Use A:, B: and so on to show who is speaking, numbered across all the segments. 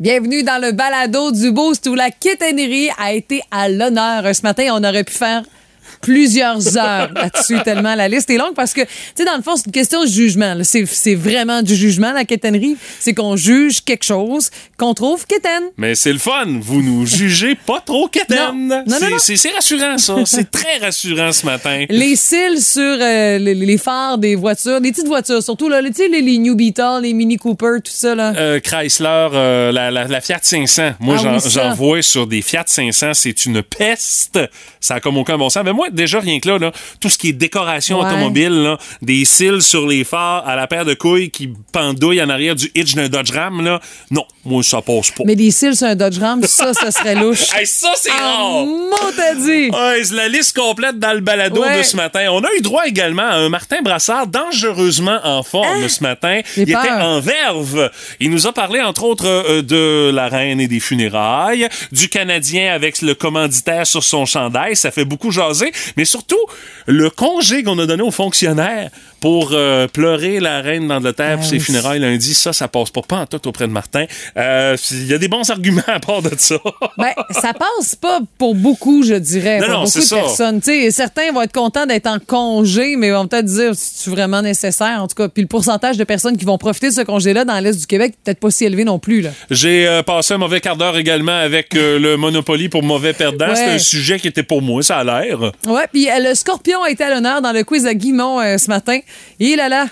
A: Bienvenue dans le balado du Boost où la quétainerie a été à l'honneur. Ce matin, on aurait pu faire plusieurs heures là-dessus, tellement la liste est longue parce que, tu sais, dans le fond, c'est une question de jugement. là. C'est c'est vraiment du jugement, la quétainerie. C'est qu'on juge quelque chose qu'on trouve quétaine.
B: Mais c'est le fun, vous nous jugez pas
A: Non.
B: trop
A: Non,
B: quétaine.
A: non,
B: C'est-
A: non.
B: C'est c'est rassurant ça, c'est très rassurant ce matin.
A: Les cils sur euh, les, les phares des voitures, des petites voitures surtout, là, tu sais, les, les New Beetle, les Mini Cooper, tout ça, là.
B: Euh, Chrysler, euh, la, la- la Fiat 500. Moi,
A: Ah
B: j'en-
A: oui, ça.
B: j'en vois sur des Fiat 500, c'est une peste. Ça a comme aucun bon sens. Mais moi, déjà, rien que là, là, tout ce qui est décoration
A: Ouais.
B: automobile, là, des cils sur les phares à la paire de couilles qui pendouillent en arrière du hitch d'un Dodge Ram, là, non, moi, ça passe pas.
A: Mais des cils sur un Dodge Ram, ça, ça serait louche.
B: Hey, ça, c'est
A: Ah,
B: rare!
A: mot t'as dit!
B: Ouais, c'est Ah, la liste complète dans le balado
A: Ouais.
B: de ce matin. On a eu droit également à un Martin Brassard dangereusement en forme ce matin.
A: Hein? J'ai
B: Il
A: peur.
B: était en verve. Il nous a parlé, entre autres, euh, de la reine et des funérailles, du Canadien avec le commanditaire sur son chandail. Ça fait beaucoup jaser. Mais surtout, le congé qu'on a donné aux fonctionnaires pour euh, pleurer la reine d'Angleterre pour
A: Ah
B: ses funérailles lundi, ça, ça passe pas, pas en tout auprès de Martin. Euh, Il y a des bons arguments à part de ça.
A: Ben, ça passe pas pour beaucoup, je dirais.
B: Non,
A: pour
B: non,
A: beaucoup
B: c'est
A: de
B: ça.
A: personnes. Tu sais, certains vont être contents d'être en congé, mais vont peut-être dire si c'est vraiment nécessaire, en tout cas. Puis le pourcentage de personnes qui vont profiter de ce congé-là dans l'Est du Québec, peut-être pas si élevé non plus, là.
B: J'ai euh, passé un mauvais quart d'heure également avec euh, le Monopoly pour mauvais perdants.
A: Ouais.
B: C'est un sujet qui était pour moi, ça a l'air.
A: Ouais, puis euh, le scorpion a été à l'honneur dans le quiz à Guimont euh, ce matin. Et là là!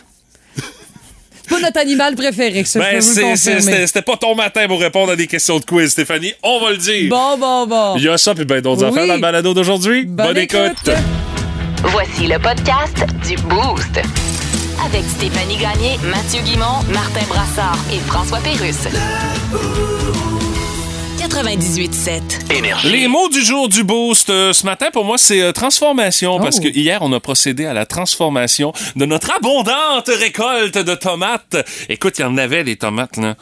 A: C'est pas notre animal préféré, ça, je
B: Ben,
A: peux vous le
B: c'est- c'est-
A: confirmer.
B: c'était c'était pas ton matin pour répondre à des questions de quiz, Stéphanie. On va le dire.
A: Bon, bon, bon.
B: Il y a ça, puis ben d'autres
A: Oui.
B: affaires dans le balado d'aujourd'hui.
A: Bonne écoute.
C: Voici le podcast du Boost. Avec Stéphanie Gagné, Mathieu Guimont, Martin Brassard et François Pérusse. 98.7.
B: Les mots du jour du boost euh, ce matin pour moi c'est euh, transformation parce
A: Oh.
B: que hier on a procédé à la transformation de notre abondante récolte de tomates. Écoute, il y en avait des tomates là.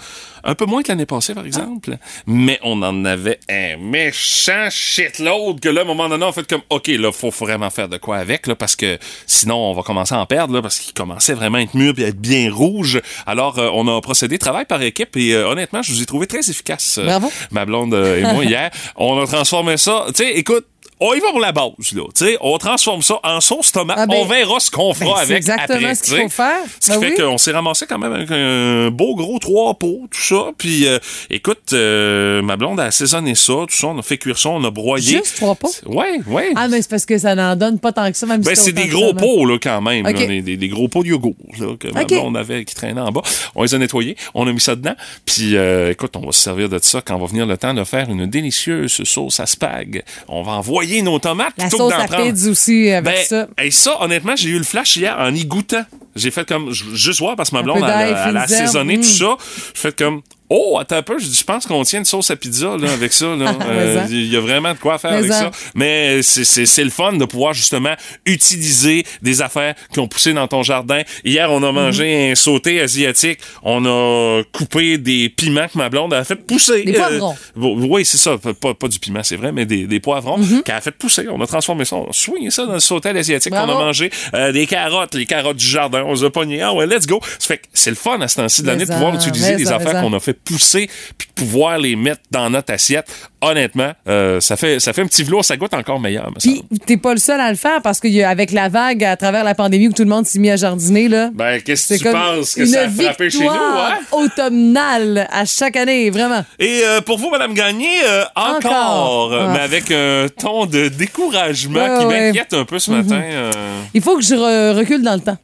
B: Un peu moins que l'année passée, par exemple. Mais on en avait un méchant shitload que là, à un moment donné, on fait comme, OK, là, faut vraiment faire de quoi avec, là, parce que sinon, on va commencer à en perdre, là, parce qu'il commençait vraiment à être mûr et à être bien rouge. Alors, euh, on a procédé travail par équipe et euh, honnêtement, je vous ai trouvé très efficace. euh,
A: Bravo.
B: ma blonde euh, et moi hier, on a transformé ça. Tu sais, écoute, on y va pour la base, là. Tu sais, on transforme ça en sauce tomate.
A: Ah ben,
B: on verra ce qu'on fera
A: ben, c'est
B: avec.
A: exactement
B: après,
A: ce qu'il
B: tu sais.
A: faut faire.
B: Ce
A: Ben
B: qui fait
A: oui.
B: qu'on s'est ramassé quand même avec un beau gros trois pots, tout ça. Puis, euh, écoute, euh, ma blonde a assaisonné ça, tout ça. On a fait cuire ça, on a broyé.
A: Juste trois pots?
B: Ouais, ouais.
A: Ah, mais c'est parce que ça n'en donne pas tant que ça, même
B: Ben,
A: si
B: c'est
A: autant
B: des
A: que
B: gros
A: ça, là.
B: pots, là, quand même. là,
A: OK.
B: des, des- des gros pots de yogourt, là, que ma
A: OK.
B: blonde avait, qui traînaient en bas. On les a nettoyés, on a mis ça dedans. Puis, euh, écoute, on va se servir de ça quand va venir le temps de faire une délicieuse sauce à spag. On va envoyer nos tomates
A: La
B: plutôt
A: sauce
B: que d'en
A: à
B: prendre.
A: pizza aussi, avec
B: Ben,
A: ça.
B: hey, ça, honnêtement, j'ai eu le flash hier en y goûtant. J'ai fait comme, j- juste voir, parce que ma
A: Un
B: blonde,
A: peu d'ail,
B: elle, a- elle a
A: fines herbes,
B: assaisonné
A: mm.
B: tout ça. J'ai fait comme, oh, attends un peu, j'ai dit, je pense qu'on tient une sauce à pizza, là, avec ça, là. Euh,
A: Mais ça.
B: Il y a vraiment de quoi faire
A: Mais
B: avec
A: ça.
B: ça. Mais c'est- c'est c'est le fun de pouvoir justement utiliser des affaires qui ont poussé dans ton jardin. Hier, on a
A: Mm-hmm.
B: mangé un sauté asiatique. On a coupé des piments que ma blonde a fait pousser. Euh,
A: Des poivrons.
B: bon, oui, c'est ça. Pas, pas du piment, c'est vrai, mais des, des poivrons
A: Mhm.
B: qu'elle a fait pousser. On a transformé ça. On a soigné ça dans le sauté asiatique qu'on a
A: Bravo.
B: mangé. Euh, des carottes, les carottes du jardin. On les a pognées. Ah ouais, let's go. Ça fait que c'est le fun à ce temps-ci de l'année de
A: Mais
B: pouvoir
A: en,
B: utiliser
A: mais
B: des
A: en, mais
B: affaires
A: en.
B: qu'on a fait pousser puis de pouvoir les mettre dans notre assiette. Honnêtement, euh, ça fait ça fait un petit velours, ça goûte encore meilleur. me
A: Puis
B: semble.
A: t'es pas le seul à le faire parce que y a- avec la vague à travers la pandémie où tout le monde s'est mis à jardiner là.
B: Ben, qu'est-ce que
A: c'est
B: tu
A: comme
B: penses que
A: une
B: ça a frappé chez nous,
A: victoire
B: hein?
A: automnale à chaque année, vraiment.
B: Et euh, pour vous, Madame Gagné, euh, encore,
A: Encore.
B: euh,
A: Ah.
B: mais avec un ton de découragement
A: Ouais,
B: qui
A: ouais. Mhm.
B: m'inquiète un peu ce matin. euh,
A: Il faut que je re- recule dans le temps.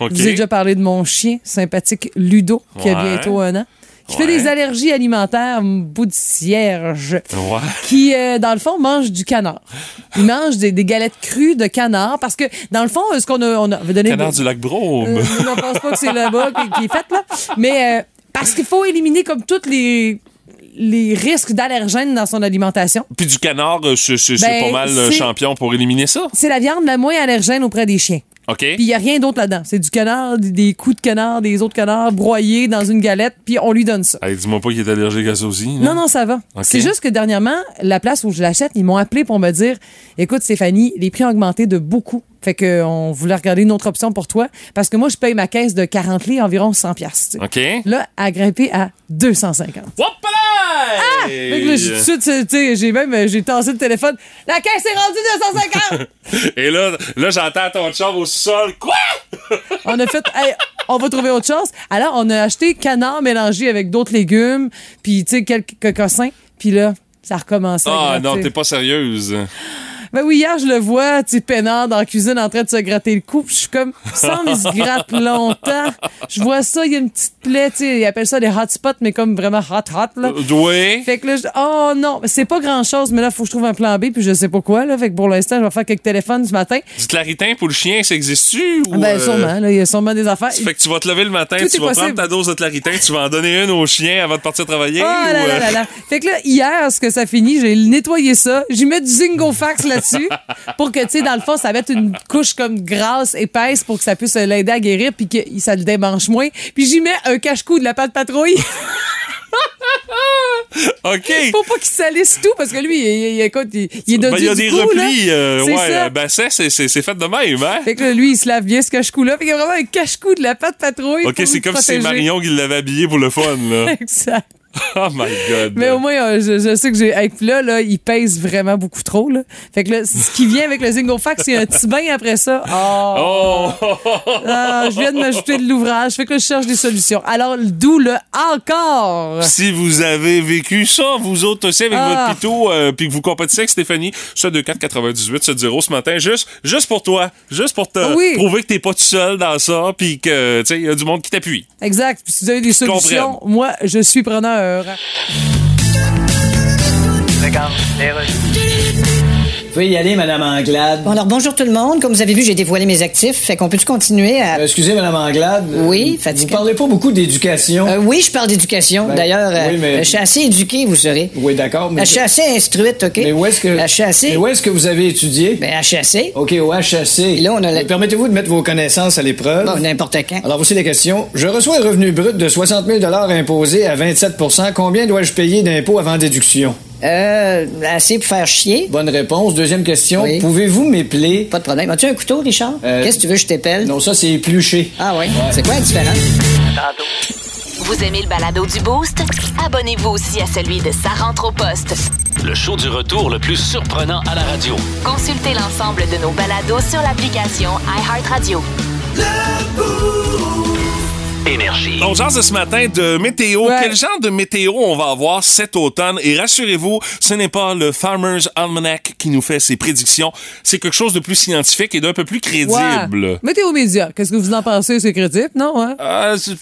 B: OK.
A: Je vous ai déjà parlé de mon chien sympathique Ludo qui a
B: Ouais.
A: bientôt un an. Qui fait
B: Ouais.
A: des allergies alimentaires boudicierges.
B: Ouais.
A: qui, euh, dans le fond, mange du canard. Il mange des, des galettes crues de canard parce que, dans le fond, euh, ce qu'on a, on a on a donné...
B: Canard du lac Brome.
A: Euh, je ne pense pas que c'est là-bas qui, qui est fait, là. Mais euh, parce qu'il faut éliminer comme tous les, les risques d'allergènes dans son alimentation.
B: Puis du canard, euh, c'est c'est- c'est
A: Ben,
B: pas mal euh,
A: c'est-
B: champion pour éliminer ça.
A: C'est la viande la moins allergène auprès des chiens.
B: OK?
A: Puis il n'y a rien d'autre là-dedans. C'est du canard, des, des coups de canard, des autres canards broyés dans une galette, puis on lui donne ça.
B: Hey, Dis-moi pas qu'il est allergique à ça aussi.
A: Non, non, ça va.
B: Mm. Ok.
A: C'est juste que dernièrement, la place où je l'achète, ils m'ont appelé pour me dire Écoute, Stéphanie, les prix ont augmenté de beaucoup. Fait que euh, on voulait regarder une autre option pour toi parce que moi je paye ma caisse de 40 lits environ 100 pièces.
B: OK.
A: Là, à grimper à 250.
B: Hop-là!
A: Fait que là,
B: euh,
A: j'ai tout de suite, tu sais, j'ai même euh, j'ai tassé le téléphone. La caisse est rendue 250.
B: Et là, là j'entends ton chum au sol. Quoi?
A: on a fait Hey, on va trouver autre chose. Alors on a acheté canard mélangé avec d'autres légumes, puis tu sais quelques cocossins, puis là ça recommence.
B: Ah non, t'es pas sérieuse.
A: Ben oui, hier, je le vois, tu sais, peinard dans la cuisine en train de se gratter le cou. puis Je suis comme, ça, on se gratte longtemps. Je vois ça, il y a une petite plaie, tu sais, ils appellent ça des hotspots, mais comme vraiment hot, hot, là.
B: Oui.
A: Fait que là, je- oh non, c'est pas grand chose, mais là, faut que je trouve un plan B, puis je sais pas quoi, là. Fait que pour l'instant, je vais faire quelques téléphones ce matin.
B: Du claritin pour le chien, ça existe-tu? ou,
A: ben,
B: euh,
A: sûrement, là, il y a sûrement des affaires.
B: Fait que tu vas te lever le matin,
A: Tout
B: tu
A: est
B: vas
A: possible.
B: prendre ta dose de claritin, tu vas en donner une au chien avant de partir travailler.
A: Oh là
B: ou,
A: là
B: euh,
A: là là. Fait que là, hier, ce que ça finit, j'ai nettoyé ça, j'y mets du zingo fax là-dessus pour que, tu sais, dans le fond, ça mette une couche comme grasse, épaisse pour que ça puisse l'aider à guérir puis que ça le démanche moins. Puis j'y mets un cache-cou de la pâte patrouille
B: OK.
A: pour pas qu'il salisse tout parce que lui, il, il- il- écoute, il, il est
B: Ben,
A: donné
B: Il y a des replis. euh,
A: C'est
B: ouais,
A: ça.
B: ben ça, c'est, c'est, c'est fait de même, hein?
A: Fait que là, lui, il se lave bien ce cache-cou-là. Fait qu'il y a vraiment un cache-cou de la pâte patrouille.
B: OK,
A: pour
B: c'est
A: le
B: comme si c'est
A: protéger.
B: Marion qui l'avait habillé pour le fun, là.
A: Exact.
B: oh my God.
A: Mais au moins, euh, je, je sais que j'ai. Avec là, là, il pèse vraiment beaucoup trop. Là. Fait que là, ce qui vient avec le Zingo Fax, c'est un petit bain après ça. Oh!
B: Oh!
A: Ah, je viens de m'ajouter de l'ouvrage. Fait que là, je cherche des solutions. Alors, d'où le encore!
B: Si vous avez vécu ça, vous autres aussi, avec
A: Ah.
B: votre pitou, euh, puis que vous compétissez avec Stéphanie, ça, 2,498, 7,0 ce matin, juste, juste pour toi, juste pour te
A: Ah Oui.
B: prouver que t'es pas tout seul dans ça, puis que, tu sais, il y a du monde qui t'appuie.
A: Exact. Puis si vous avez des
B: comprends.
A: solutions, moi, je suis preneur.
D: Vous pouvez y aller, Madame Anglade.
E: Bon, alors bonjour tout le monde. Comme vous avez vu, j'ai dévoilé mes actifs. Fait qu'on peut-tu continuer à.
D: Euh, excusez, Madame Anglade.
E: Oui,
D: Vous
E: fatigué.
D: parlez pas beaucoup d'éducation.
E: Euh, oui, je parle d'éducation.
D: Ben,
E: D'ailleurs, euh,
D: oui, mais-
E: je suis assez éduquée, vous serez. Euh,
D: Oui, d'accord, mais...
E: Je suis assez instruite, OK? Euh,
D: Mais où est-ce que...
E: Je suis assez.
D: Mais où est-ce que Oh, vous avez étudié?
E: Ben, HAC.
D: OK, au HAC.
E: Et là, on a la-
D: Mais Permettez-vous de mettre vos connaissances à l'épreuve.
E: Bon, n'importe quand.
D: oh. Alors, voici les questions. Je reçois un revenu brut de 60 000 imposé à 27 Combien dois-je payer d'impôts avant déduction?
E: Euh, assez pour faire chier.
D: Bonne réponse. Deuxième question.
E: Oui.
D: Pouvez-vous m'épeler?
E: Pas de problème. As-tu un couteau, Richard?
D: Euh,
E: Qu'est-ce que tu veux que je t'épelle?
D: Non, ça, c'est épluché.
E: Ah oui? C'est quoi la différence?
C: Vous aimez le balado du Boost? Abonnez-vous aussi à celui de Sa rentre au poste.
F: Le show du retour le plus surprenant à la radio.
C: Consultez l'ensemble de nos balados sur l'application iHeartRadio.
F: Énergie.
B: On jase de ce matin de météo.
A: Ouais.
B: Quel genre de météo on va avoir cet automne? Et rassurez-vous, ce n'est pas le Farmer's Almanac qui nous fait ses prédictions. C'est quelque chose de plus scientifique et d'un peu plus crédible.
A: Ouais. Météo Média, qu'est-ce que vous en pensez? C'est crédible, non? Hein?
B: Euh, c'est-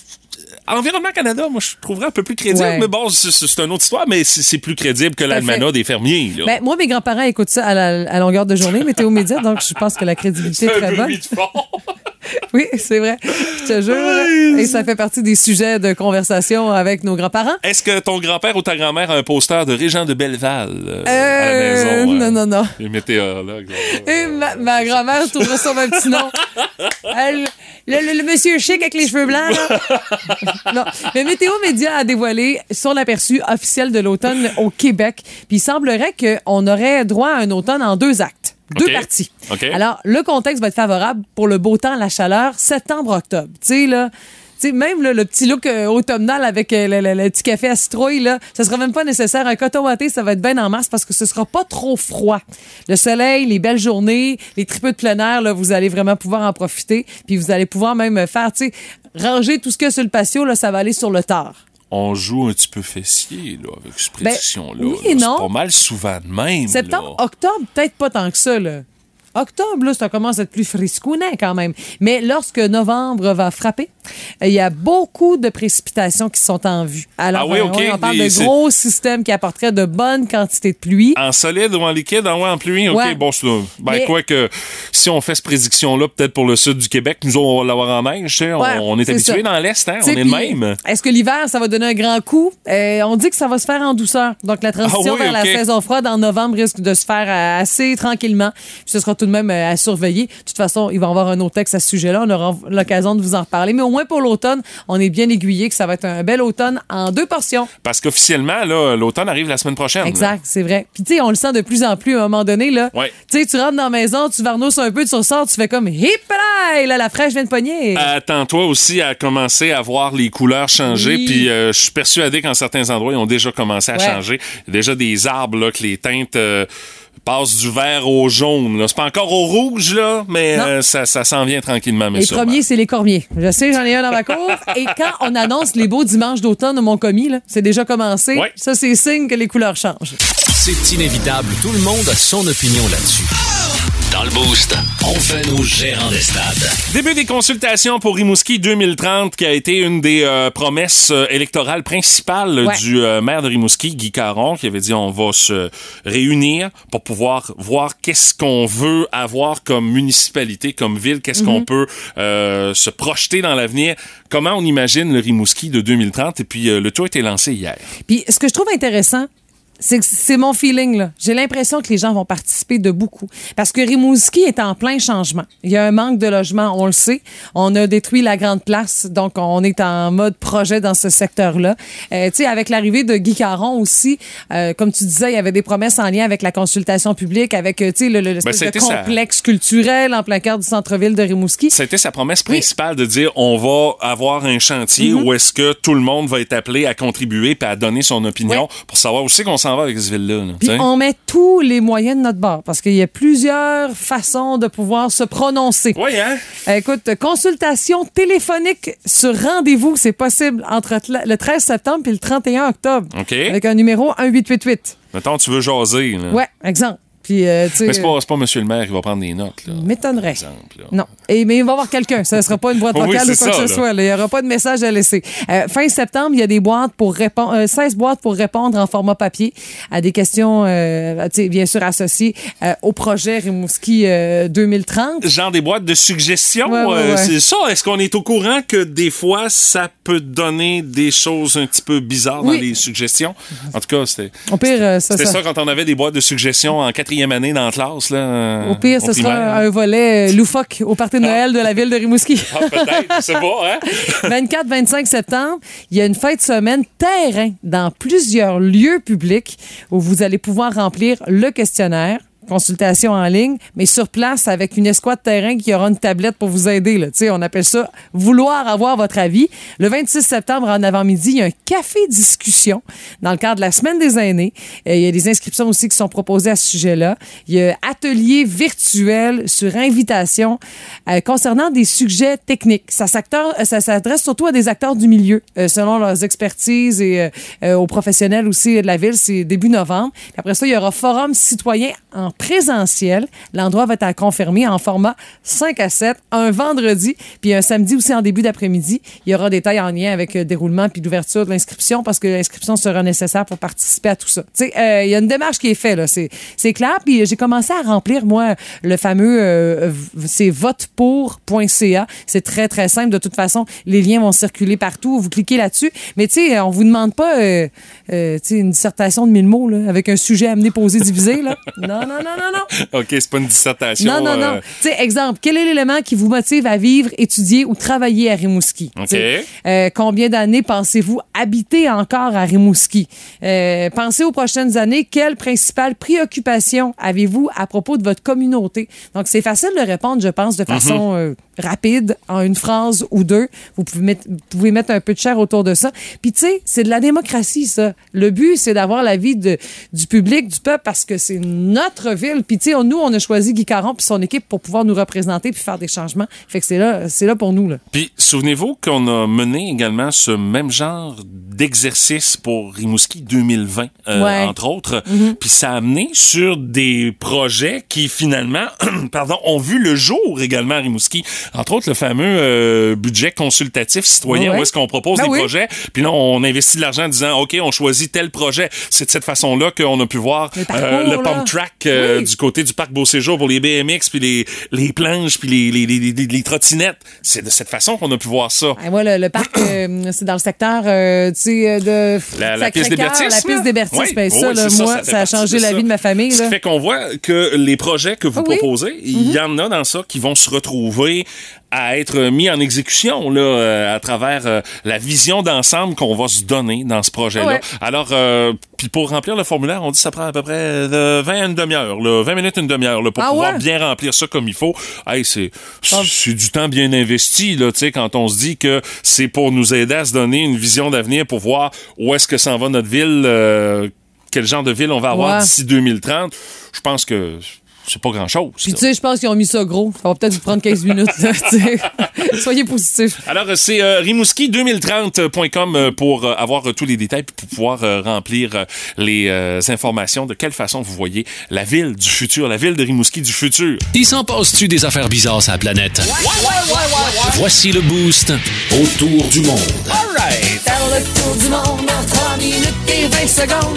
B: Environnement Canada, moi, je trouverais un peu plus crédible.
A: Ouais.
B: Mais bon, c'est- c'est c'est une autre histoire, mais c'est c'est plus crédible que l'almanach des fermiers. Là.
A: Ben, moi, mes grands-parents écoutent ça à, la- à longueur de journée, Météo Média, donc je pense que la crédibilité est
B: un
A: très
B: peu
A: bonne.
B: mis de fond.
A: Oui, c'est vrai. Je te jure. Et ça fait partie des sujets de conversation avec nos grands-parents.
B: Est-ce que ton grand-père ou ta grand-mère a un poster de Régent de Belleval euh, à la
A: Euh,
B: maison?
A: non,
B: euh,
A: non, non. Euh,
B: Les météorologues. là.
A: Et ma, ma grand-mère trouvera ça un petit nom. Elle- le, le- le monsieur chic avec les cheveux blancs. là. non. Le Météo Média a dévoilé son aperçu officiel de l'automne au Québec. Puis il semblerait qu'on aurait droit à un automne en deux actes. Deux
B: OK.
A: parties.
B: OK.
A: Alors, le contexte va être favorable pour le beau temps, la chaleur, septembre-octobre. Tu sais, là. tu sais, même là, le petit look euh, automnal avec euh, le, le- le petit café à citrouille, là, ça sera même pas nécessaire. Un coton watté, ça va être bien en masse parce que ce sera pas trop froid. Le soleil, les belles journées, les tripeux de plein air, là, vous allez vraiment pouvoir en profiter. Puis vous allez pouvoir même euh, faire, tu sais, ranger tout ce qu'il y a sur le patio, là, ça va aller sur le tard.
B: On joue un petit peu fessier là, avec cette
A: Ben,
B: prédiction-là.
A: oui
B: là.
A: et non.
B: C'est pas mal souvent de même.
A: Septembre,
B: là.
A: octobre, peut-être pas tant que ça, là. Octobre, là, ça commence à être plus friscounet quand même. Mais lorsque novembre va frapper, euh, il y a beaucoup de précipitations qui sont en vue. Alors,
B: Ah oui,
A: euh,
B: OK,
A: ouais, on parle
B: des-
A: de gros systèmes qui apporteraient de bonnes quantités de pluie.
B: En solide ou en liquide, en, ouais, en pluie, OK,
A: Ouais.
B: bon, c'est ben,
A: Mais-
B: quoi que si on fait cette prédiction-là, peut-être pour le sud du Québec, nous, on va l'avoir en neige, tu sais, on,
A: Ouais,
B: on est
A: c'est
B: habitué
A: ça.
B: dans l'Est, hein, on
A: T'sais,
B: est le
A: puis,
B: même.
A: Est-ce que l'hiver, ça va donner un grand coup? Euh, on dit que ça va se faire en douceur. Donc, la transition
B: Ah oui,
A: vers
B: OK.
A: la saison froide en novembre risque de se faire euh, assez tranquillement. Puis ce sera tout de même euh, à surveiller. De toute façon, il va y avoir un autre texte à ce sujet-là. On aura l'occasion de vous en reparler. Mais au moins pour l'automne, on est bien aiguillé que ça va être un bel automne en deux portions.
B: Parce qu'officiellement, là, l'automne arrive la semaine prochaine.
A: Exact, c'est vrai. Puis tu sais, on le sent de plus en plus à un moment donné là.
B: Ouais.
A: Tu sais, tu rentres dans la maison, tu varnousses un peu, tu ressors, tu fais comme hip là, là la fraîche vient de pogner.
B: Attends-toi aussi à commencer à voir les couleurs changer.
A: Oui.
B: Puis euh, je suis persuadé qu'en certains endroits, ils ont déjà commencé à
A: Ouais.
B: changer. Il y a déjà des arbres là, que les teintes euh, passent du vert au jaune. là. C'est pas encore au rouge, là, mais
A: Non.
B: euh, ça, ça s'en vient tranquillement. Mais
A: Les
B: sûrement.
A: premiers, c'est les cormiers. Je sais, j'en ai un dans ma cour. Et quand on annonce les beaux dimanches d'automne au Montcommis, là, c'est déjà commencé.
B: Ouais.
A: Ça, c'est signe que les couleurs changent.
F: C'est inévitable. Tout le monde a son opinion là-dessus. Dans le boost, on fait nos gérants des stades.
B: Début des consultations pour Rimouski 2030, qui a été une des euh, promesses euh, électorales principales
A: Ouais.
B: du euh, maire de Rimouski, Guy Caron, qui avait dit on va se réunir pour pouvoir voir qu'est-ce qu'on veut avoir comme municipalité, comme ville, qu'est-ce qu'on peut euh, se projeter dans l'avenir, comment on imagine le Rimouski de 2030. Et puis euh, le tout a été lancé hier.
A: Puis ce que je trouve intéressant, c'est que c'est mon feeling là. J'ai l'impression que les gens vont participer de beaucoup parce que Rimouski est en plein changement. Il y a un manque de logements, on le sait. On a détruit la grande place, donc on est en mode projet dans ce secteur-là. Euh, tu sais, avec l'arrivée de Guy Caron aussi, euh, comme tu disais, il y avait des promesses en lien avec la consultation publique, avec euh, tu sais le, le- l'espèce
B: Ben, ça a
A: de
B: été ça.
A: complexe culturel en plein cœur du centre-ville de Rimouski.
B: C'était sa promesse principale de dire on va avoir un chantier
A: Mhm.
B: où est-ce que tout le monde va être appelé à contribuer et à donner son opinion pour savoir où c'est qu'on s'en va avec cette ville-là. là,
A: Puis
B: t'sais.
A: on met tous les moyens de notre bord parce qu'il y a plusieurs façons de pouvoir se prononcer.
B: Oui, hein?
A: Euh, Écoute, consultation téléphonique sur rendez-vous, c'est possible entre tla- le 13 septembre et le 31 octobre.
B: OK.
A: Avec un numéro 1888.
B: Mettons, tu veux jaser. Là.
A: Ouais, exemple. Puis, euh, tu sais,
B: Hmm. Mais c'est pas, c'est pas monsieur le maire qui va prendre des notes. Là,
A: euh, m'étonnerait.
B: par exemple, là.
A: Non. Et, mais il va y avoir quelqu'un. Ça ne sera pas une boîte
B: Oui,
A: vocale
B: c'est
A: ou quoi que
B: ça,
A: ce
B: là.
A: soit. là. Il n'y aura pas de message à laisser. Euh, fin septembre, il y a des boîtes pour répondre, 16 boîtes pour répondre en format papier à des questions, euh, tu sais, bien sûr, associées euh, au projet Rimouski euh, 2030.
B: Genre des boîtes de suggestions,
A: Ouais, ouais,
B: euh,
A: ouais.
B: c'est ça. Est-ce qu'on est au courant que des fois, ça peut donner des choses un petit peu bizarres dans
A: Oui.
B: les suggestions? En tout cas, c'était
A: Au pire, euh, ça,
B: c'était
A: ça-
B: ça quand on avait des boîtes de suggestions en quatrième année dans la classe. Là, euh,
A: Au pire,
B: au
A: ce sera
B: primaire.
A: un, un volet euh, loufoque au party de Noël de la ville de Rimouski.
B: Ah, peut-être, c'est bon, hein?
A: 24-25 septembre, il y a une fête semaine terrain dans plusieurs lieux publics où vous allez pouvoir remplir le questionnaire consultation en ligne, mais sur place avec une escouade terrain qui aura une tablette pour vous aider. Là. Tu sais, On appelle ça vouloir avoir votre avis. Le 26 septembre, en avant-midi, il y a un café discussion dans le cadre de la semaine des aînés. Euh, Il y a des inscriptions aussi qui sont proposées à ce sujet-là. Il y a atelier virtuel sur invitation euh, concernant des sujets techniques. Ça s'acteur- euh, ça s'adresse surtout à des acteurs du milieu, euh, selon leurs expertises et euh, euh, aux professionnels aussi de la ville. C'est début novembre. Puis après ça, il y aura forum citoyen en présentiel. L'endroit va être à confirmer en format 5 à 7, un vendredi, puis un samedi aussi en début d'après-midi. Il y aura des détails en lien avec le déroulement puis l'ouverture de l'inscription parce que l'inscription sera nécessaire pour participer à tout ça. Tu sais, euh, il y a une démarche qui est faite, là. C'est, c'est clair. Puis euh, j'ai commencé à remplir, moi, le fameux, euh, v- c'est votepour.ca. C'est très, très simple. De toute façon, les liens vont circuler partout. Vous cliquez là-dessus. Mais tu sais, on vous demande pas, euh, euh, tu sais, une dissertation de 1000 mots, là, avec un sujet amené, posé, divisé, là. Non, non, non, non, non.
B: OK, c'est pas une dissertation.
A: Non, non, non.
B: euh,
A: Tu sais, exemple, quel est l'élément qui vous motive à vivre, étudier ou travailler à Rimouski?
B: OK.
A: Tu sais, euh, combien d'années pensez-vous habiter encore à Rimouski? Euh, pensez aux prochaines années. Quelle principale préoccupation avez-vous à propos de votre communauté? Donc, c'est facile de répondre, je pense, de façon euh, rapide, en une phrase ou deux. Vous pouvez mettre, vous pouvez mettre un peu de chair autour de ça. Puis, tu sais, c'est de la démocratie, ça. Le but, c'est d'avoir l'avis de- du public, du peuple, parce que c'est notre ville. Puis, tu sais, on- nous, on a choisi Guy Caron puis son équipe pour pouvoir nous représenter puis faire des changements. Fait que c'est là, c'est là pour nous, là.
B: Puis, souvenez-vous qu'on a mené également ce même genre d'exercice pour Rimouski 2020, euh,
A: Ouais. Mm-hmm.
B: entre autres. Puis, ça a amené sur des projets qui, finalement, pardon, ont vu le jour également à Rimouski. Entre autres, le fameux euh, budget consultatif citoyen,
A: Ouais.
B: où est-ce qu'on propose
A: Ben
B: des
A: oui.
B: projets, puis là, on investit de l'argent en disant, OK, on choisit tel projet. C'est de cette façon-là qu'on a pu voir
A: Le
B: euh,
A: parcours,
B: le
A: là.
B: pump track euh,
A: Oui.
B: du côté du parc Beau Séjour pour les BMX, puis les, les planches, puis les, les, les, les- les trottinettes. C'est de cette façon qu'on a pu voir ça.
A: Ah, moi, le, le parc, euh, c'est dans le secteur euh, tu sais, euh, de
B: La, la piste des
A: Sacré-Cœur, La
B: Bertisses,
A: piste
B: là?
A: des Bertisses,
B: Oui,
A: ben,
B: oui,
A: ça,
B: oui,
A: là,
B: c'est
A: moi, ça,
B: fait
A: a
B: partie
A: changé
B: de
A: la
B: ça.
A: vie de ma famille.
B: Ce
A: là.
B: qui fait qu'on voit que les projets que vous
A: Ah oui.
B: proposez, il y en a dans ça qui vont se retrouver à être mis en exécution là, euh, à travers euh, la vision d'ensemble qu'on va se donner dans ce projet-là.
A: Ouais.
B: Alors, euh, puis pour remplir le formulaire, on dit que ça prend à peu près euh, 20 à une demi-heure, là, 20 minutes une demi-heure là, pour
A: Ah
B: pouvoir
A: ouais?
B: bien remplir ça comme il faut. Hey, c'est c'est- c'est du temps bien investi là, tu sais, quand on se dit que c'est pour nous aider à se donner une vision d'avenir pour voir où est-ce que s'en va notre ville, euh, quel genre de ville on va avoir
A: Ouais.
B: d'ici 2030. Je pense que c'est pas grand-chose.
A: Puis
B: ça.
A: tu sais, je pense qu'ils ont mis ça gros. Ça va peut-être vous prendre 15 minutes. là, tu sais. Soyez positifs.
B: Alors, euh, c'est euh, rimouski2030.com euh, pour euh, avoir euh, tous les détails puis pour pouvoir euh, remplir euh, les euh, informations de quelle façon vous voyez la ville du futur, la ville de Rimouski du futur.
F: Il s'en passe-tu des affaires bizarres sur la planète? Voici le boost autour du monde.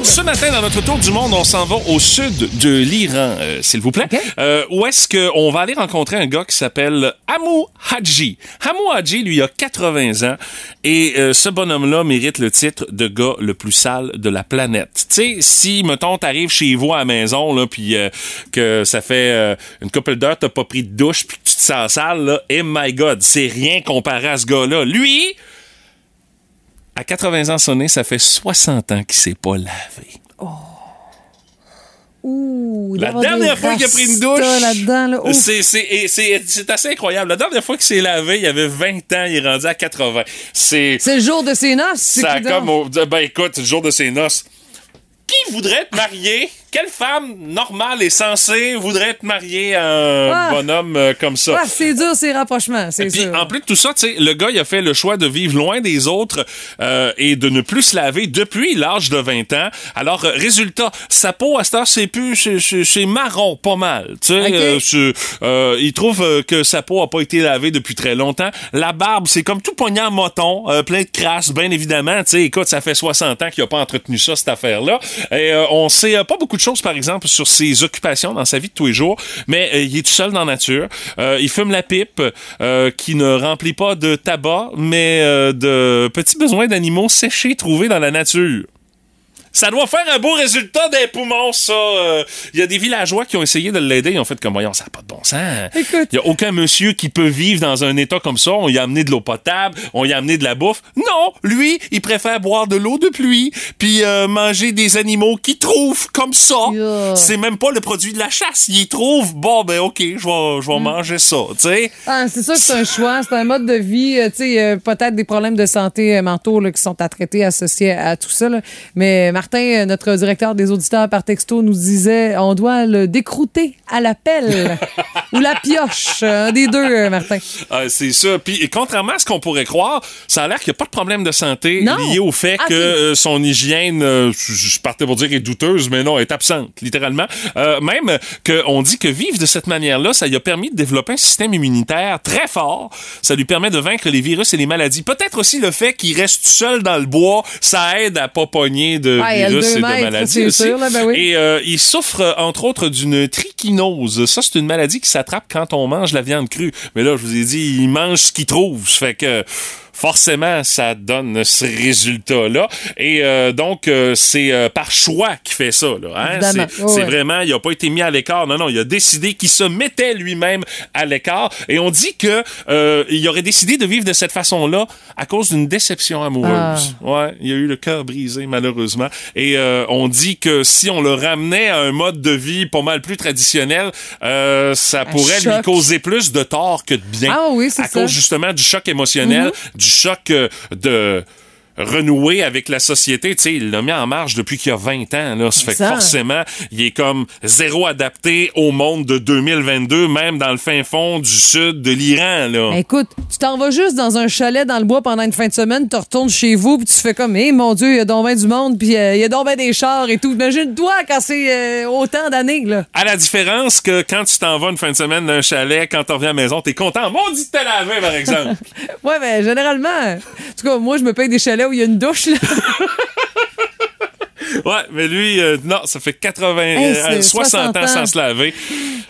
B: Ce matin, dans notre tour du monde, on s'en va au sud de l'Iran, euh, s'il vous plaît. Euh, où est-ce qu'on va aller rencontrer un gars qui s'appelle Hamou Hadji. Hamou Hadji, lui, a 80 ans. Et euh, ce bonhomme-là mérite le titre de gars le plus sale de la planète. Tu sais, si, mettons, t'arrives chez vous à la maison, là, puis euh, que ça fait euh, une couple d'heures, t'as pas pris de douche, puis que tu te sens sale, là, et my God, c'est rien comparé à ce gars-là. Lui... À 80 ans sonnés, ça fait 60 ans qu'il s'est pas lavé.
A: Ouh,
B: La
A: d'avoir
B: dernière
A: des
B: fois qu'il a pris une douche,
A: rastas là-dedans, là. Oh,
B: c'est- c'est et c'est- c'est assez incroyable. La dernière fois qu'il s'est lavé, il avait 20 ans, il est rendu à 80. C'est
A: C'est le jour de ses noces. c'est
B: ça a
A: qui donc?
B: comme au- ben écoute, le jour de ses noces. Qui voudrait te marier? Quelle femme normale et sensée voudrait te marier à un
A: Ah!
B: bonhomme euh, comme ça?
A: Ah, c'est dur, ces rapprochements, c'est
B: Puis
A: sûr.
B: en plus de tout ça, tu sais, le gars il a fait le choix de vivre loin des autres euh, et de ne plus se laver depuis l'âge de 20 ans. Alors euh, résultat, sa peau à cette heure c'est plus c'est- c'est c'est marron pas mal. Tu sais,
A: Ok.
B: euh, c'est- euh, il trouve euh, que sa peau a pas été lavée depuis très longtemps. La barbe c'est comme tout poignant moton, euh, plein de crasse, bien évidemment. Tu sais, écoute, ça fait 60 ans qu'il a pas entretenu ça cette affaire là. Et euh, on sait euh, pas beaucoup de choses par exemple sur ses occupations dans sa vie de tous les jours, mais euh, il est tout seul dans la nature. Euh, il fume la pipe euh, qui ne remplit pas de tabac, mais euh, de petits besoins d'animaux séchés trouvés dans la nature. Ça doit faire un beau résultat des poumons, ça. Euh, Il y a des villageois qui ont essayé de l'aider. Ils ont fait comme, voyons, ça n'a pas de bon sens.
A: Écoute.
B: Il n'y a aucun monsieur qui peut vivre dans un état comme ça. On y a amené de l'eau potable, on y a amené de la bouffe. Non, lui, il préfère boire de l'eau de pluie, puis euh, manger des animaux qu'il trouve comme ça.
A: Yeah.
B: C'est même pas le produit de la chasse. Il trouve, bon, ben ok, je vais
A: Mm.
B: je vais manger ça, tu sais.
A: Ah, c'est sûr que c'est un choix, c'est un mode de vie. euh, tu sais, euh, peut-être des problèmes de santé euh, mentaux là, qui sont à traiter associés à tout ça. là. Mais Martin, euh, notre directeur des auditeurs par texto, nous disait on doit le décrouter à la pelle ou la pioche. Un des deux, euh, Martin.
B: Ah, c'est ça. Puis, et contrairement à ce qu'on pourrait croire, ça a l'air qu'il n'y a pas de problème de santé
A: Non.
B: lié au fait
A: Ah, ok.
B: que euh, son hygiène, euh, je- je partais pour dire est douteuse, mais non, est absente, littéralement. Euh, même qu'on dit que vivre de cette manière-là, ça lui a permis de développer un système immunitaire très fort. Ça lui permet de vaincre les virus et les maladies. Peut-être aussi le fait qu'il reste tout seul dans le bois, ça aide à pas pogner de
A: Ouais, à
B: virus
A: deux
B: et de
A: mètres,
B: maladies
A: c'est
B: aussi.
A: sûr, là, ben oui.
B: Et euh, il souffre, euh, entre autres, d'une trichinose. Ça, c'est une maladie qui s'attrape quand on mange la viande crue. Mais là, je vous ai dit, il mange ce qu'il trouve. Ça fait que forcément, ça donne ce résultat-là. Et euh, donc, euh, c'est euh, par choix qu'il fait ça. Là, hein?
A: Évidemment.
B: C'est
A: Ouais,
B: c'est
A: ouais.
B: vraiment, il a pas été mis à l'écart. Non, non, il a décidé qu'il se mettait lui-même à l'écart. Et on dit que euh, il aurait décidé de vivre de cette façon-là à cause d'une déception amoureuse.
A: Ah.
B: Ouais, il a eu le cœur brisé malheureusement. Et euh, on dit que si on le ramenait à un mode de vie pas mal plus traditionnel, euh, ça pourrait lui
A: choc.
B: causer plus de tort que de bien.
A: Ah oui, c'est
B: À
A: ça. Mm-hmm.
B: cause justement du choc émotionnel, du choc euh, de renouer avec la société. Tu sais, il l'a mis en marche depuis qu'il y a 20 ans. Là. Ça fait que
A: Ça.
B: forcément, il est comme zéro adapté au monde de 2022, même dans le fin fond du sud de l'Iran. Là.
A: Ben, écoute, tu t'en vas juste dans un chalet dans le bois pendant une fin de semaine, tu retournes chez vous, puis tu fais comme, hé, mon Dieu, il y a donc ben du monde, puis euh, il y a donc ben des chars et tout. Imagine-toi quand c'est euh, autant d'années, là.
B: À la différence que quand tu t'en vas une fin de semaine d'un chalet, quand t'en reviens à la maison, t'es content. Mon dit de te laver, par exemple.
A: Ouais, mais généralement, en tout cas, moi, je me paye des chalets où il y a une douche, là.
B: ouais, mais lui, euh, non, ça fait 80,
A: Hey, c'est
B: euh, 60 ans,
A: 60
B: sans se laver.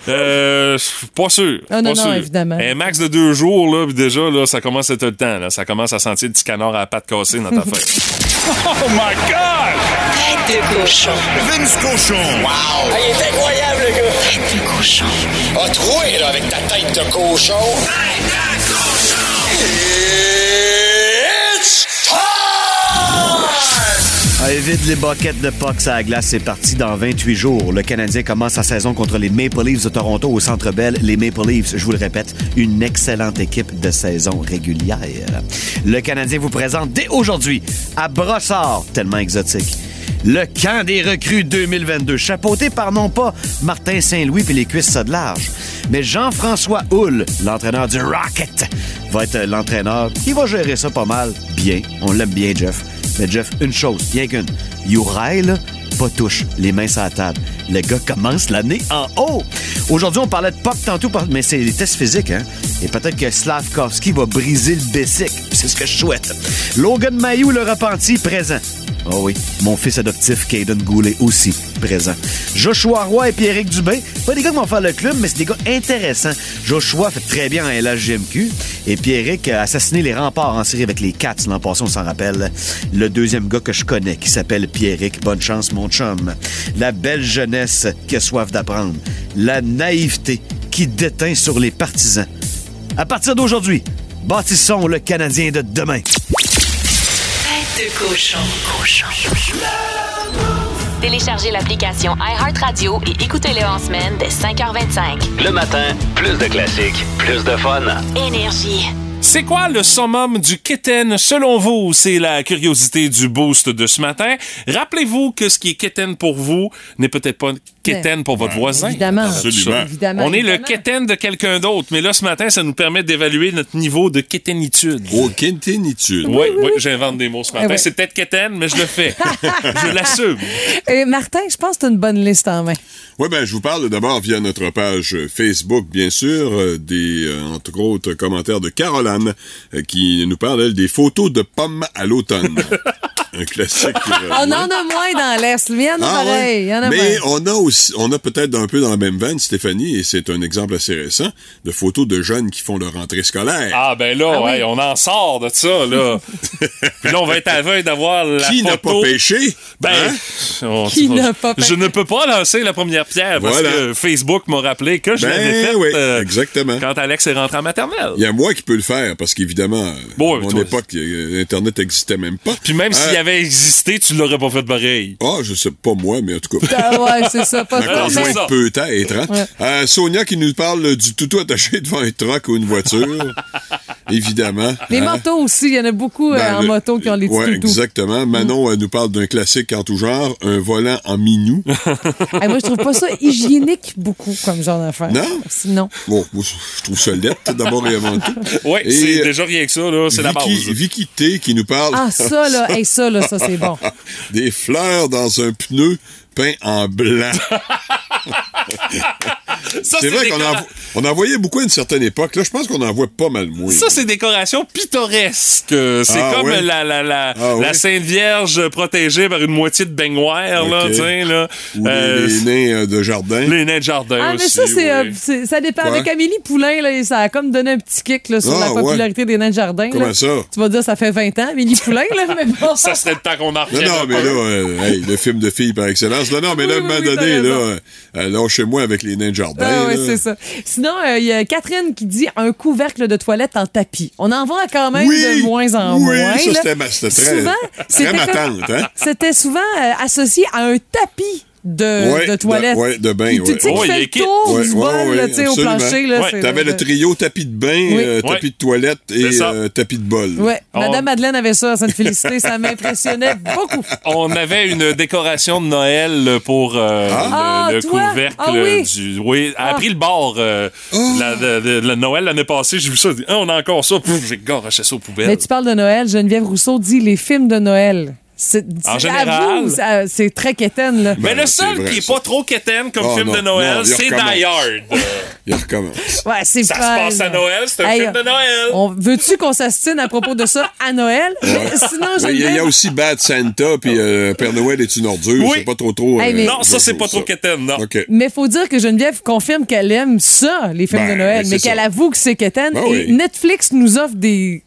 B: Euh, pas sûr.
A: Ah, non,
B: pas
A: non,
B: sûr.
A: évidemment.
B: Un max de deux jours, là, puis déjà, là, ça commence à être le temps. Là. Ça commence à sentir le petit canard à la patte cassée dans ta fête.
G: Oh my God!
H: Tête de cochon.
G: Vince Cochon!
H: Ah,
G: Wow!
H: il est incroyable, le gars. Tête de cochon.
G: A Ah, troué, là, avec ta tête de cochon! Tête de cochon! It's time!
I: Ah, évite les boquettes de Pox à la glace. C'est parti dans 28 jours. Le Canadien commence sa saison contre les Maple Leafs de Toronto au Centre Bell. Les Maple Leafs, je vous le répète, une excellente équipe de saison régulière. Le Canadien vous présente dès aujourd'hui à Brossard, tellement exotique. Le camp des recrues 2022, chapeauté par non pas Martin Saint-Louis puis les cuisses ça de large, mais Jean-François Houle, l'entraîneur du Rocket, va être l'entraîneur qui va gérer ça pas mal bien. On l'aime bien, Jeff. Mais Jeff, une chose, rien qu'une. Youraille, là, pas touche, les mains sur la table. Le gars commence l'année en haut. Aujourd'hui, on parlait de pop tantôt, par- mais c'est les tests physiques, hein. Et peut-être que Slavkovski va briser le bessic. C'est ce que je souhaite. Logan Mayou, le repenti, présent. Oh oui, mon fils adoptif, Caden Goulet, aussi présent. Joshua Roy et Pierrick Dubé, pas des gars qui vont faire le club, mais c'est des gars intéressants. hein? Joshua fait très bien en LHGMQ et Pierrick a assassiné les remparts en série avec les Cats l'an passé, on s'en rappelle. Le deuxième gars que je connais qui s'appelle Pierrick, bonne chance mon chum. La belle jeunesse qui a soif d'apprendre. La naïveté qui déteint sur les partisans. À partir d'aujourd'hui, bâtissons le Canadien de demain.
H: Tête de cochon.
C: Téléchargez l'application iHeartRadio et écoutez-le en semaine dès 5h25.
F: Le matin, plus de classiques, plus de fun.
C: Énergie.
B: C'est quoi le summum du kitten selon vous? C'est la curiosité du boost de ce matin. Rappelez-vous que ce qui est kitten pour vous n'est peut-être pas kitten pour votre voisin.
A: évidemment.
B: Absolument.
A: Évidemment,
B: On est le
A: évidemment.
B: kitten de quelqu'un d'autre, mais là ce matin, ça nous permet d'évaluer notre niveau de kittenitude.
J: Au quinténitude.
B: Oui, oui, j'invente des mots ce matin.
A: Eh oui.
B: C'est peut-être kitten, mais je le fais. je l'assume.
A: Et Martin, je pense que t'as une bonne liste en main.
J: Oui, ben, je vous parle d'abord via notre page euh, Facebook, bien sûr, euh, des, euh, entre autres, commentaires de Caroline, euh, qui nous parle, elle, des photos de pommes à l'automne. Un classique. euh,
B: Ah,
A: On en a moins dans l'Est. Il y en a
J: Ah,
A: pareil.
J: ouais.
A: Il y en a
J: Mais
A: moins.
J: on a aussi, on a peut-être un peu dans la même veine, Stéphanie, et c'est un exemple assez récent, de photos de jeunes qui font leur rentrée scolaire.
B: Ah ben là, ouais, on en sort de ça là. Puis là, on va être aveugle d'avoir la
J: qui n'a pas
B: photo.
J: pêché?
B: Ben,
J: Hein?
B: on-
A: Qui
B: on-
A: n'a pas pêché?
B: je ne peux pas lancer la première pierre parce
J: Voilà.
B: que Facebook m'a rappelé que je
J: Ben
B: l'avais faite euh,
J: oui, exactement.
B: quand Alex est rentré en maternelle.
J: Il y a moi qui peux le faire, parce qu'évidemment,
B: Bon,
J: à mon
B: toi-
J: époque, euh, Internet n'existait même pas.
B: Puis même s'il
J: Euh,
B: avait existé, tu l'aurais pas fait pareil.
J: Ah, je sais pas moi, mais en tout cas.
A: Ah ouais, c'est ça. Pas
J: Ma
A: trop, mais-
B: c'est ça.
J: conjointe peut-être. Hein? Euh, Sonia qui nous parle du toutou attaché devant un truck ou une voiture. Évidemment.
A: Les
J: hein.
A: motos aussi, il y en a beaucoup euh,
J: Ben,
A: en
J: le-
A: moto qui ont les petits
J: ouais,
A: toutous. Mm.
J: Exactement. Manon euh, nous parle d'un classique en tout genre, un volant en minou.
A: Ah, moi, je trouve pas ça hygiénique beaucoup comme genre d'affaire.
J: Non?
A: Sinon.
J: bon, moi, je trouve ça lettre, d'abord et avant tout.
B: Oui,
J: Et,
B: c'est
J: euh,
B: déjà rien que ça, là, c'est la base.
J: Vicky, Vicky T qui nous parle
A: Ah, ça, là, hey, ça, là, ça, c'est bon.
J: des fleurs dans un pneu peint en blanc.
B: Ça,
J: C'est vrai qu'on
B: décora-
J: en, vo- on en voyait beaucoup à une certaine époque. Là, je pense qu'on en voit pas mal moins.
B: Ça, c'est décoration pittoresque. Euh, C'est
J: Ah,
B: comme
J: ouais.
B: la, la, la,
J: Ah,
B: la
J: ouais.
B: Sainte Vierge protégée par une moitié de baignoire, là,
J: Ok.
B: tu sais, là.
J: Ou les-
B: Euh,
J: les, nains euh, de jardin.
B: les nains de jardin
A: Ah, mais
B: aussi,
A: ça, c'est,
B: ouais.
A: euh, c'est- ça dépend.
J: Quoi?
A: Avec Amélie Poulain, là, ça a comme donné un petit kick là, sur
J: Ah,
A: la popularité des nains de jardin. là.
J: Comment ça?
A: Tu vas dire, ça fait 20 ans, Amélie Poulain, là, mais bon.
B: Ça serait le temps qu'on en
J: Non,
B: revienne
J: non,
B: un
J: mais
B: peu.
J: là, euh, hey, le film de filles par excellence. Non, non, mais là, à un
A: Oui,
J: moment
A: oui, oui,
J: donné,
A: t'as
J: là,
A: raison.
J: euh, euh, lâchez-moi avec les nains de jardin.
A: Ah ouais,
J: Ben là.
A: c'est ça. Sinon, euh, il y a Catherine qui dit un couvercle de toilette en tapis. On en voit quand même
J: Oui!
A: de moins en
J: Oui,
A: moins.
J: ça,
A: là.
J: c'était ma- c'était très- hein?
A: souvent,
J: très
A: c'était
J: ma
A: comme-
J: tante, hein?
A: C'était souvent euh, associé à un tapis de,
J: Ouais,
A: de toilette.
J: ouais, de bain,
A: Puis Tu sais, qui
J: ouais. Oh,
A: fait
J: il
A: le
J: est kit.
A: tour
J: Ouais,
A: du
J: ouais,
A: bol,
J: ouais,
A: là, tu sais, au
J: absolument.
A: plancher. là, c'est-
J: T'avais le trio tapis de bain,
A: euh, Oui.
J: euh, tapis
B: Ouais.
J: de toilette et
B: C'est ça.
J: euh, tapis de bol.
A: Ouais,
B: On-
A: Madame Madeleine avait ça, ça me félicitait, ça m'impressionnait beaucoup.
B: On avait une décoration de Noël pour euh, le,
A: Ah,
B: le
A: toi?
B: couvercle
A: Ah oui?
B: du. Oui, elle a
A: Ah.
B: pris le bord euh,
J: Oh.
B: la- de, de- de Noël l'année passée. J'ai vu ça, j'ai dit, Ah, on a encore ça. Pouf, J'ai garoché ça aux poubelles.
A: Mais tu parles de Noël, Geneviève Rousseau dit les films de Noël. C'est, c'est-
B: En général.
A: avoue, ça- c'est très quétaine, là.
B: Mais
J: Ben,
B: le
J: c'est
B: seul
J: vrai,
B: qui est
J: ça.
B: pas trop quétaine comme
J: Oh,
B: film
J: non,
B: de Noël,
J: non, il
B: c'est Die
J: recommence.
B: Hard. Euh,
J: Il recommence.
A: Ouais, c'est
B: Ça se
A: vrai,
B: passe
A: là.
B: à Noël, c'est un
A: Hey,
B: film de Noël.
A: On Veux-tu qu'on s'astine à propos de ça à Noël? Sinon,
J: Ben, Il y, a- il y a
A: Geneviève-
J: aussi Bad Santa, puis euh, Père Noël est une ordure.
B: Oui.
J: C'est pas trop trop. euh,
A: Hey, mais-
B: non, ça, c'est pas trop quétaine, non.
J: OK.
A: Mais faut dire que Geneviève confirme qu'elle aime ça, les films
J: Ben,
A: de Noël,
J: ben,
A: mais
J: c'est
A: qu'elle
J: ça.
A: avoue que c'est quétaine.
J: Ben
A: et
J: oui.
A: Netflix nous offre des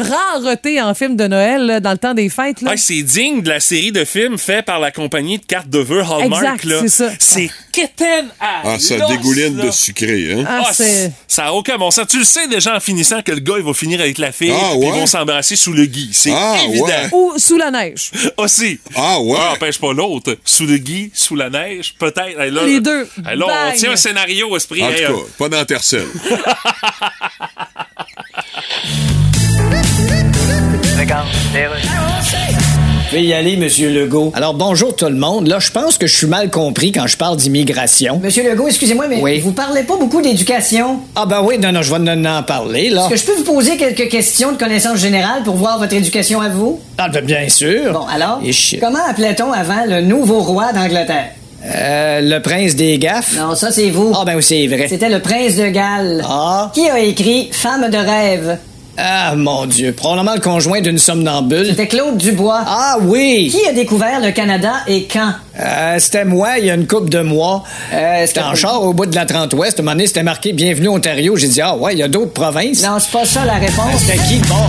A: raretés en films de Noël là, dans le temps des fêtes. Là.
B: Ah, c'est digne de la série de films faits par la compagnie de cartes de vœux Hallmark.
A: Exact,
B: là.
A: c'est ça.
B: C'est quétaine à
J: Ah, ça
B: l'os,
J: dégouline
B: là.
J: de sucré, hein?
A: Ah,
B: Ah,
A: c'est-
B: Ça a aucun bon sens. Tu le sais déjà en finissant que le gars, il va finir avec la fille,
J: Ah,
B: puis ils
J: ouais?
B: vont s'embrasser sous le gui. C'est
J: Ah,
B: évident.
J: ouais.
A: Ou Sous la neige.
B: Aussi.
J: Ah, ouais.
B: On n'empêche pas l'autre. Sous le gui, sous la neige, peut-être. Hey, là,
A: Les deux.
B: Hey, là,
A: Bang.
B: on tient un scénario au esprit.
J: En
B: Hey,
J: tout
B: euh,
J: cas, pas d'Intercell.
D: Je vais y aller, Monsieur Legault.
E: Alors bonjour tout le monde. Là, je pense que je suis mal compris quand je parle d'immigration.
K: Monsieur Legault, excusez-moi, mais
E: Oui.
K: vous parlez pas beaucoup d'éducation.
E: Ah ben oui, non, non, je vais en- en parler, là.
K: Est-ce que je peux vous poser quelques questions de connaissance générale pour voir votre éducation à vous?
E: Ah ben bien sûr.
K: Bon, alors,
E: Et shit.
K: comment appelait-on avant le nouveau roi d'Angleterre?
E: Euh, le prince des gaffes.
K: Non, ça c'est vous.
E: Ah ben oui, c'est vrai.
K: C'était le prince de Galles.
E: Ah.
K: Qui a écrit Femme de rêve?
E: Ah mon Dieu, probablement le conjoint d'une somnambule.
K: C'était Claude Dubois.
E: Ah oui.
K: Qui a découvert le Canada et quand?
E: Euh, c'était moi il y a une couple de mois. Euh, c'était en char au bout de la 30 Ouest. À un moment donné, c'était marqué Bienvenue Ontario. J'ai dit ah ouais, il y a d'autres provinces.
K: Non, c'est pas ça la réponse.
E: C'était qui bon?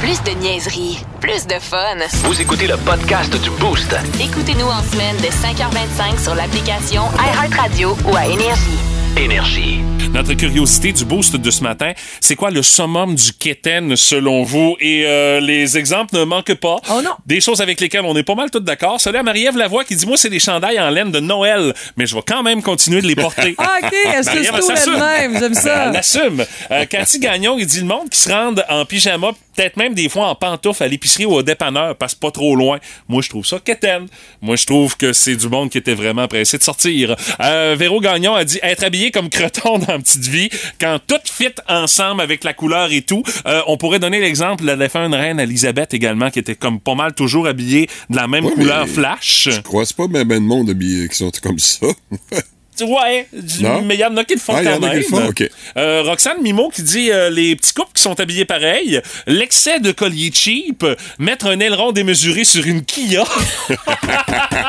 C: Plus de niaiserie, plus de fun.
F: Vous écoutez le podcast du Boost.
C: Écoutez-nous en semaine de 5h25 sur l'application iHeartRadio ou à Énergie.
F: Énergie.
B: euh, notre curiosité du boost de ce matin, c'est quoi le summum du quétaine selon vous? Et euh, les exemples ne manquent pas.
A: Oh non.
B: Des choses avec lesquelles on est pas mal tous d'accord. Celui à Marie-Ève Lavoie qui dit Moi, c'est des chandails en laine de Noël, mais je vais quand même continuer de les porter.
A: Ah, OK, est-ce que
B: Marie-Ève,
A: c'est
B: elle
A: tout
B: s'assume.
A: elle-même? J'aime
B: Ben,
A: ça.
B: Elle assume. Euh, Cathy Gagnon, il dit le monde qui se rende en pyjama, peut-être même des fois en pantoufle à l'épicerie ou au dépanneur, passe pas trop loin. Moi, je trouve ça quétaine. Moi, je trouve que c'est du monde qui était vraiment pressé de sortir. Euh, Véro Gagnon a dit être habillé comme creton dans Petite Vie, quand tout fit ensemble avec la couleur et tout. Euh, on pourrait donner l'exemple de la défunte reine Elisabeth également, qui était comme pas mal toujours habillée de la même
J: Ouais,
B: couleur
J: mais-
B: flash.
J: Je crois que c'est pas même ben de monde habillé qui sont comme ça.
B: Ouais, hein, du-
J: Non?
B: mais il y en a qui le font
J: Ah, y
B: quand
J: en a
B: même.
J: qui le font, ok.
B: Euh, Roxane Mimo qui dit euh, les petits couples qui sont habillés pareil, l'excès de collier cheap, mettre un aileron démesuré sur une Kia,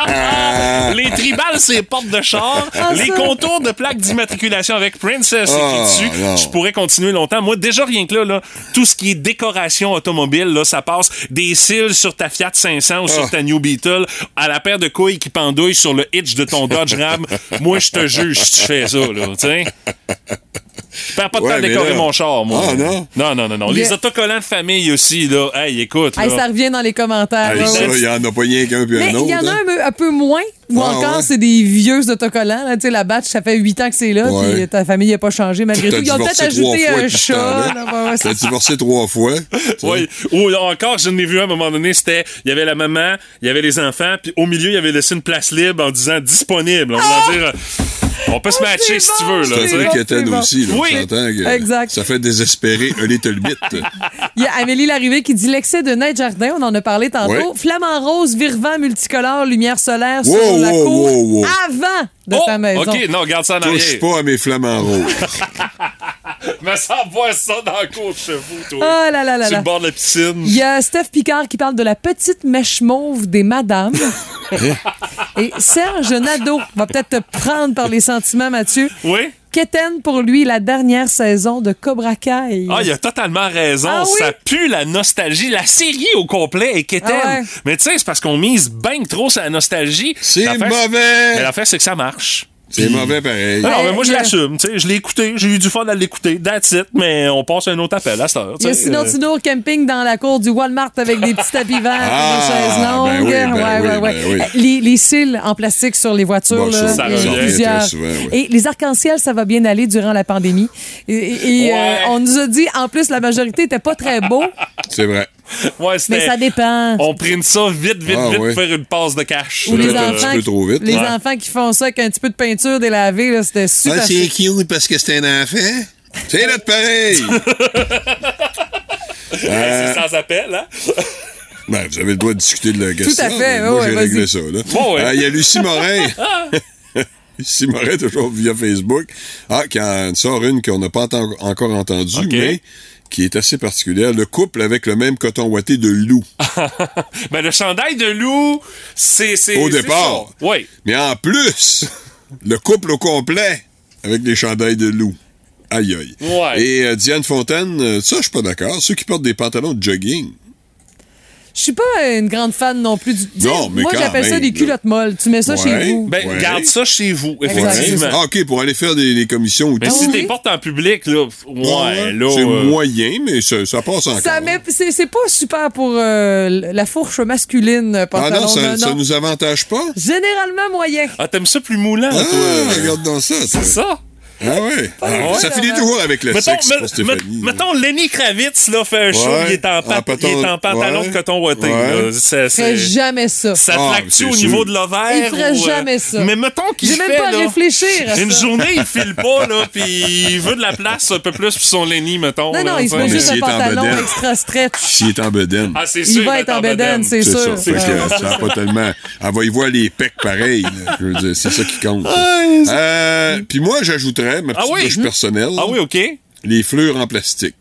B: Ah,
J: Euh.
B: les tribales c'est portes de char, les contours de plaques d'immatriculation avec Princess
J: Ah,
B: qui dessus.
J: non.
B: Je pourrais continuer longtemps. Moi déjà rien que là, là, tout ce qui est décoration automobile là, ça passe des cils sur ta Fiat 500 ou sur
J: Ah.
B: ta New Beetle à la paire de couilles qui pendouille sur le hitch de ton Dodge Ram. Moi, je te juge si tu fais ça, là, tu sais. Je perds pas de
J: Ouais,
B: temps à
J: mais
B: décorer
J: là-
B: mon char, moi.
J: Ah, non?
B: Non, non, non, non. Les
A: Yeah.
B: autocollants de famille aussi, là. Hey, écoute,
A: Hey,
B: là.
A: ça revient dans les commentaires.
J: Ah. Hey,
A: ouais,
J: Ah, ça,
A: ouais.
J: il y en a pas rien qu'un puis
A: Mais
J: un autre.
A: il y en a
J: hein.
A: un, peu- un peu moins, ou
J: Ah,
A: encore
J: ouais.
A: c'est des vieux autocollants. Là, Tu sais, la batch, ça fait 8 ans que c'est là,
J: Ouais.
A: puis ta famille n'a pas changé malgré tout.
J: T'as
A: Ils ont peut-être
J: divorcé trois
A: ajouté
J: fois
A: un
J: depuis ce
A: chat.
J: temps-là.
A: là, ouais, ouais, c'est
J: T'as divorcé trois fois. tu
B: Ouais.
J: sais.
B: Ou encore, je n'ai vu un à un moment donné, c'était, il y avait la maman, il y avait les enfants, puis au milieu, il y avait laissé une place libre en disant disponible. On va dire, euh, on peut se matcher
A: c'est
B: si tu
A: bon,
B: veux,
J: Ah!
B: là.
J: C'est
A: c'est
J: un
B: tu sais.
J: truc qui était
A: c'est bon.
J: aussi, là,
B: Oui.
J: on s'entend que
A: Exact.
J: ça fait désespérer un little bit.
A: Il y a Amélie Larrivée qui dit l'excès de neige jardin, on en a parlé tantôt.
J: Ouais.
A: Flamant rose, virvent, multicolore, lumière solaire
J: Wow,
A: sur la
J: wow,
A: cour
J: wow, wow.
A: avant de
B: Oh,
A: ta maison.
B: OK, non, garde ça en
J: Touche
B: arrière.
J: pas à mes flamants roses.
B: Mais ça voit ça dans la cour chez vous, toi.
A: Oh là là là
B: Sur
A: là.
B: le bord de la piscine.
A: Il y a Steph Picard qui parle de la petite mèche mauve des madames. Et Serge Nadeau va peut-être te prendre par les sentiments, Mathieu.
B: Oui?
A: Keten, pour lui, la dernière saison de Cobra Kai.
B: Ah, il a totalement raison.
A: Ah oui?
B: Ça pue la nostalgie. La série au complet est quétaine.
A: Ah ouais.
B: Mais tu sais, c'est parce qu'on mise ben trop sur la nostalgie.
J: C'est
B: L'affaire-
J: mauvais!
B: Mais l'affaire, c'est que ça marche.
J: C'est mauvais pareil.
B: Non, mais moi, je l'assume. tu sais, Je l'ai écouté, j'ai eu du fun à l'écouter. That's it, mais on passe à un autre appel à cette heure. tu
A: Il y a
B: sais,
A: sinon
B: euh.
A: Tino camping dans la cour du Walmart avec des petits tapis verts
B: Ah,
A: et des chaises
B: ben
A: longues.
B: oui, ben oui,
A: ouais, ouais,
B: ben
A: ouais.
B: oui.
A: Les, les cils en plastique sur les voitures,
B: Bon,
A: là,
B: ça, ça
A: il y en a
B: revient
A: plusieurs.
B: très souvent, ouais.
A: Et les arcs-en-ciel, ça va bien aller durant la pandémie. Et, et, euh, on nous a dit, en plus, la majorité était pas très beau,
J: C'est vrai.
B: Ouais,
A: mais
B: c'était-
A: ça dépend.
B: On prime ça vite, vite,
J: Ah,
B: vite
J: ouais.
B: pour faire une passe de cash.
A: Ou les
B: Euh,
A: enfants, qui- les enfants qui font ça avec un petit peu de peinture délavée, là, c'était super.
J: Ah, c'est
A: chic.
J: cute parce que c'est un enfant. C'est notre pareil.
B: Ouais,
J: Euh,
B: C'est sans appel, hein?
J: ben, vous avez le droit de discuter de la question.
A: à fait,
J: mais Moi,
A: ouais,
J: j'ai
A: ouais,
J: réglé
A: vas-y.
J: ça. là. Euh, Il
B: Bon, ouais.
J: y a Lucie Morin. Lucie Morin, toujours via Facebook. Ah, qui en sort une qu'on n'a pas enten- encore entendue,
B: Ok.
J: mais qui est assez particulière. Le couple avec le même coton ouaté de loup.
B: Ben, le chandail de loup, c'est. c'est-
J: Au
B: c'est
J: départ.
B: ça. Oui.
J: Mais en plus, le couple au complet avec des chandails de loup. Aïe aïe.
B: Ouais.
J: Et euh, Diane Fontaine, euh, ça, je suis pas d'accord. Ceux qui portent des pantalons de jogging.
A: Je suis pas une grande fan non plus du.
J: Non, mais
A: Moi,
J: quand
A: j'appelle ça
J: même,
A: des
J: là.
A: culottes molles. Tu mets ça
J: Ouais.
A: chez vous.
B: Ben,
J: Ouais.
B: garde ça chez vous,
J: Ouais.
B: effectivement.
J: Ah, OK, pour aller faire des, des commissions ou
B: Mais
J: tout.
B: si
A: Ah oui.
B: t'es portes en public, là, ouais,
J: Ah Ouais,
B: là.
J: c'est
B: euh,
J: moyen, mais ça, ça passe encore.
A: Ça met- c'est, c'est pas super pour euh, la fourche masculine, euh,
J: ah
A: pantalon.
J: non, ça,
A: non,
J: ça
A: non.
J: nous avantage pas?
A: Généralement moyen.
B: Ah, t'aimes ça plus moulant,
J: Ah,
B: toi? euh,
J: regarde dans ça. toi.
B: C'est ça?
J: Ah ouais. Ah,
B: ouais,
J: ça finit
A: Laurent.
J: toujours avec le
B: Mettons,
J: sexe
B: me-
J: pour
B: me-
J: Stéphanie. là.
B: mettons, Lenny Kravitz, là, fait un show,
J: Ouais,
B: il est en, pat-
J: en paton-
B: il est en pantalon
J: ouais.
B: de coton ouaté.
J: Ouais.
B: là.
A: Je ferais
B: C'est- c'est-
A: jamais ça.
B: Ça
J: Ah,
B: fracture
J: mais
B: au
J: c'est
B: niveau
J: sûr.
B: de l'ovaire.
A: Il ferait
B: ou, euh,
A: jamais ça.
B: Mais mettons qu'il
A: J'ai
B: fait,
A: même pas à
B: là,
A: réfléchir à
B: Une
A: ça.
B: journée, il file pas, là, puis il veut de la place un peu plus pour son Lenny, mettons.
A: Non,
B: là,
A: non, il se
B: tu sais.
A: met juste
J: s'il
A: un
J: est en
A: pantalon
J: bedaine.
A: extra stretch.
J: S'il est en bedaine.
B: Ah, c'est
A: Il
B: sûr.
A: va être en bedaine, c'est
J: C'est
A: sûr.
J: ça. Fait que, euh, ça a pas tellement. Elle va y voir les pecs pareils. là. Je veux dire, c'est ça qui compte. Euh, Puis moi, j'ajouterais ma
B: Ah
J: petite
B: oui?
J: touche personnelle.
B: Ah oui, OK.
J: Les fleurs en plastique.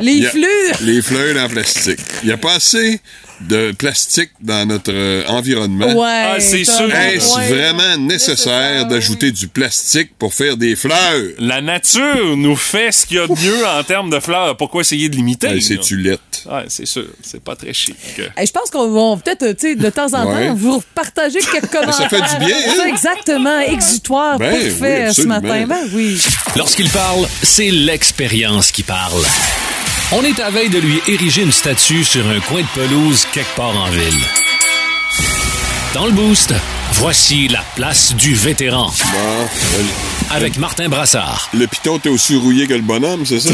A: Les
J: Il y a-
A: fleurs.
J: Les fleurs en plastique. Il n'y a pas assez de plastique dans notre euh, environnement.
A: Ouais.
B: Ah, c'est
A: t'as
B: sûr.
A: un
J: Est-ce
A: point.
J: vraiment nécessaire d'ajouter du plastique pour faire des fleurs?
B: La nature nous fait ce qu'il y a de mieux en termes de fleurs. Pourquoi essayer de limiter?
J: Hey,
B: là?
J: c'est tulette.
B: Ouais, c'est sûr. C'est pas très chic.
A: Eh, je pense qu'on va peut-être, euh, tu sais, de temps en temps,
J: Ouais.
A: vous partager quelques commentaires.
J: fait du bien, hein?
A: C'est exactement, exutoire,
J: Ben,
A: parfait
J: oui,
A: ce
J: absolument.
A: matin. Ben oui.
F: Lorsqu'il parle, c'est l'expérience qui parle. On est à veille de lui ériger une statue sur un coin de pelouse quelque part en ville. Dans le boost, voici la place du vétéran
J: Bon,
F: avec Martin Brassard.
J: le piton, t'es aussi rouillé que le bonhomme, c'est ça?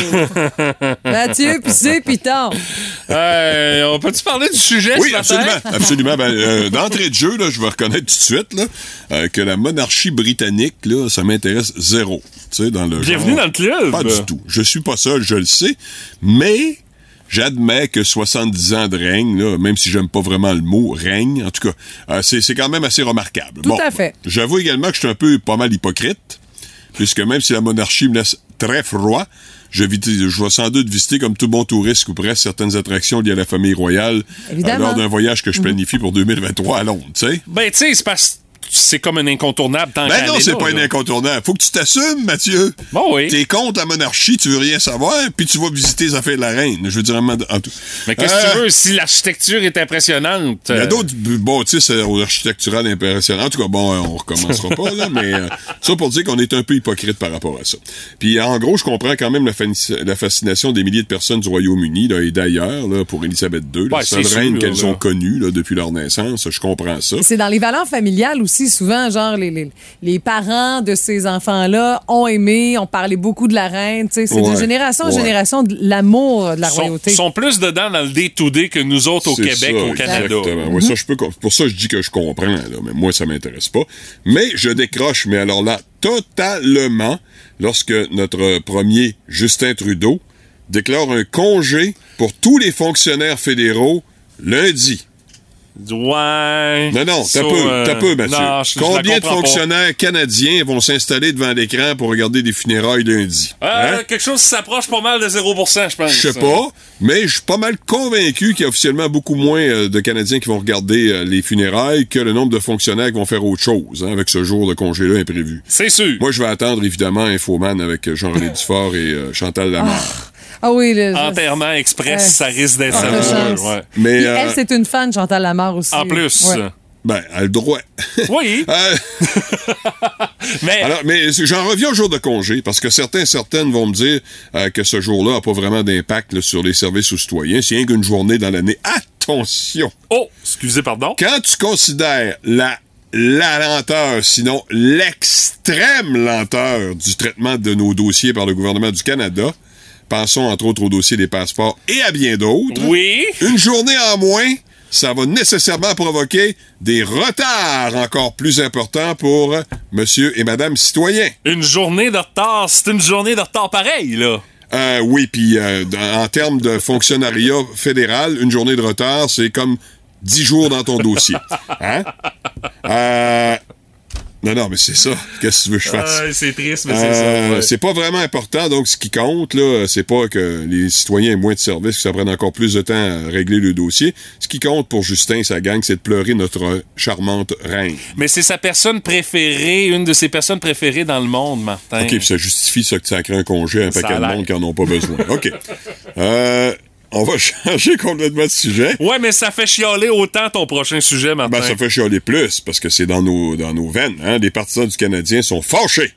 A: Mathieu, puis c'est piton.
B: Euh, on peut-tu parler du sujet
J: Oui, absolument. absolument. Ben, euh, D'entrée de jeu, là, je vais reconnaître tout de suite là, euh, que la monarchie britannique, là, ça m'intéresse zéro. Tu sais, dans le
B: Bienvenue
J: genre-
B: dans le club.
J: Pas du tout. Je suis pas seul, je le sais. Mais j'admets que 70 ans de règne, là, même si j'aime pas vraiment le mot règne, en tout cas, euh, c'est c'est quand même assez remarquable.
A: Tout à fait.
J: J'avoue également que je suis un peu pas mal hypocrite, puisque même si la monarchie me laisse très froid, je, vis- je vais sans doute visiter comme tout bon touriste ou presque certaines attractions liées à la famille royale euh,
A: Évidemment. Mhm.
J: lors d'un voyage que je planifie pour 2023 à Londres, tu sais.
B: Ben, tu sais, c'est parce c'est comme un incontournable tant
J: Ben
B: qu'à
J: non,
B: aller
J: c'est
B: là,
J: pas un
B: là.
J: incontournable. Faut que tu t'assumes, Mathieu.
B: Bon, oui.
J: T'es contre la monarchie, tu veux rien savoir, puis tu vas visiter les affaires de la reine. Je veux dire, en en tout.
B: Mais qu'est-ce que
J: Euh,
B: tu veux si l'architecture est impressionnante?
J: Il y
B: euh,
J: a d'autres bu- bâtisses euh, architecturales impressionnantes. En tout cas, bon, euh, on recommencera pas, là, mais euh, ça pour dire qu'on est un peu hypocrite par rapport à ça. Puis, en gros, je comprends quand même la, fani- la fascination des milliers de personnes du Royaume-Uni, là, et d'ailleurs, là, pour Élisabeth II,
B: Ouais,
J: la seule
B: c'est sûr,
J: reine
B: là,
J: qu'elles
B: là.
J: ont connue, là, depuis leur naissance. Je comprends ça.
A: C'est dans les valeurs familiales aussi, souvent, genre, les, les, les parents de ces enfants-là ont aimé, ont parlé beaucoup de la reine, tu sais, c'est
J: Ouais,
A: de génération en
J: ouais.
A: génération de l'amour de la
B: sont,
A: royauté.
B: sont plus dedans dans le day-to-day que nous autres au
J: C'est
B: Québec,
J: ça,
B: au Canada.
J: Exactement. Ouais, ça, je peux, com- pour ça, je dis que je comprends, là, mais moi, ça m'intéresse pas. Mais je décroche, mais alors là, totalement, lorsque notre premier Justin Trudeau déclare un congé pour tous les fonctionnaires fédéraux lundi.
B: Ouais.
J: Non, non, t'as
B: So,
J: peu,
B: euh,
J: t'as peu, Mathieu.
B: non, je- je la
J: Combien de
B: comprends pas.
J: fonctionnaires canadiens vont s'installer devant l'écran pour regarder des funérailles lundi?
B: Euh,
J: Hein?
B: Quelque chose qui s'approche pas mal de 0%, je pense.
J: Je sais pas, mais je suis pas mal convaincu qu'il y a officiellement beaucoup moins euh, de Canadiens qui vont regarder euh, les funérailles que le nombre de fonctionnaires qui vont faire autre chose hein, avec ce jour de congé-là imprévu.
B: C'est sûr.
J: Moi, je vais attendre évidemment Infoman avec euh, Jean-René Dufort et euh, Chantal Lamarre.
A: Ah oui, le,
B: Enterrement express,
A: Ouais.
B: ça risque d'être
A: Ah,
B: savoureux,
A: chance.
B: ouais.
J: Mais
A: Puis
J: euh,
A: elle, c'est une fan de Chantal Lamarre aussi.
B: En plus.
A: Ouais.
J: Ben, elle a le droit.
B: Oui.
J: Euh,
B: mais
J: Alors, mais j'en reviens au jour de congé, parce que certains, certaines vont me dire euh, que ce jour-là n'a pas vraiment d'impact là, sur les services aux citoyens. C'est rien qu'une journée dans l'année. Attention!
B: Oh, excusez, pardon.
J: Quand tu considères la la lenteur, sinon l'extrême lenteur du traitement de nos dossiers par le gouvernement du Canada. Pensons entre autres au dossier des passeports et à bien d'autres.
B: Oui.
J: Une journée en moins, ça va nécessairement provoquer des retards encore plus importants pour monsieur et madame citoyens.
B: Une journée de retard, c'est une journée de retard pareil, là.
J: Euh, oui, puis euh, d- en termes de fonctionnariat fédéral, une journée de retard, c'est comme 10 jours dans ton dossier. Hein? Euh, non, non, mais c'est ça. Qu'est-ce que tu veux que je fasse?
B: Ah, c'est triste, mais
J: Euh,
B: c'est ça. ouais.
J: c'est pas vraiment important, donc ce qui compte, là, c'est pas que les citoyens aient moins de services, que ça prenne encore plus de temps à régler le dossier. Ce qui compte pour Justin et sa gang, c'est de pleurer notre charmante reine.
B: Mais c'est sa personne préférée, une de ses personnes préférées dans le monde, Martin.
J: OK, puis ça justifie ça que ça crée un congé à un
B: Ça
J: paquet
B: a
J: de
B: l'air.
J: monde qui en ont pas besoin. OK. Euh, on va changer complètement de sujet.
B: Ouais, mais ça fait chialer autant ton prochain sujet, Martin.
J: Ben, ça fait chialer plus, parce que c'est dans nos, dans nos veines. Hein? Les partisans du Canadien sont fâchés.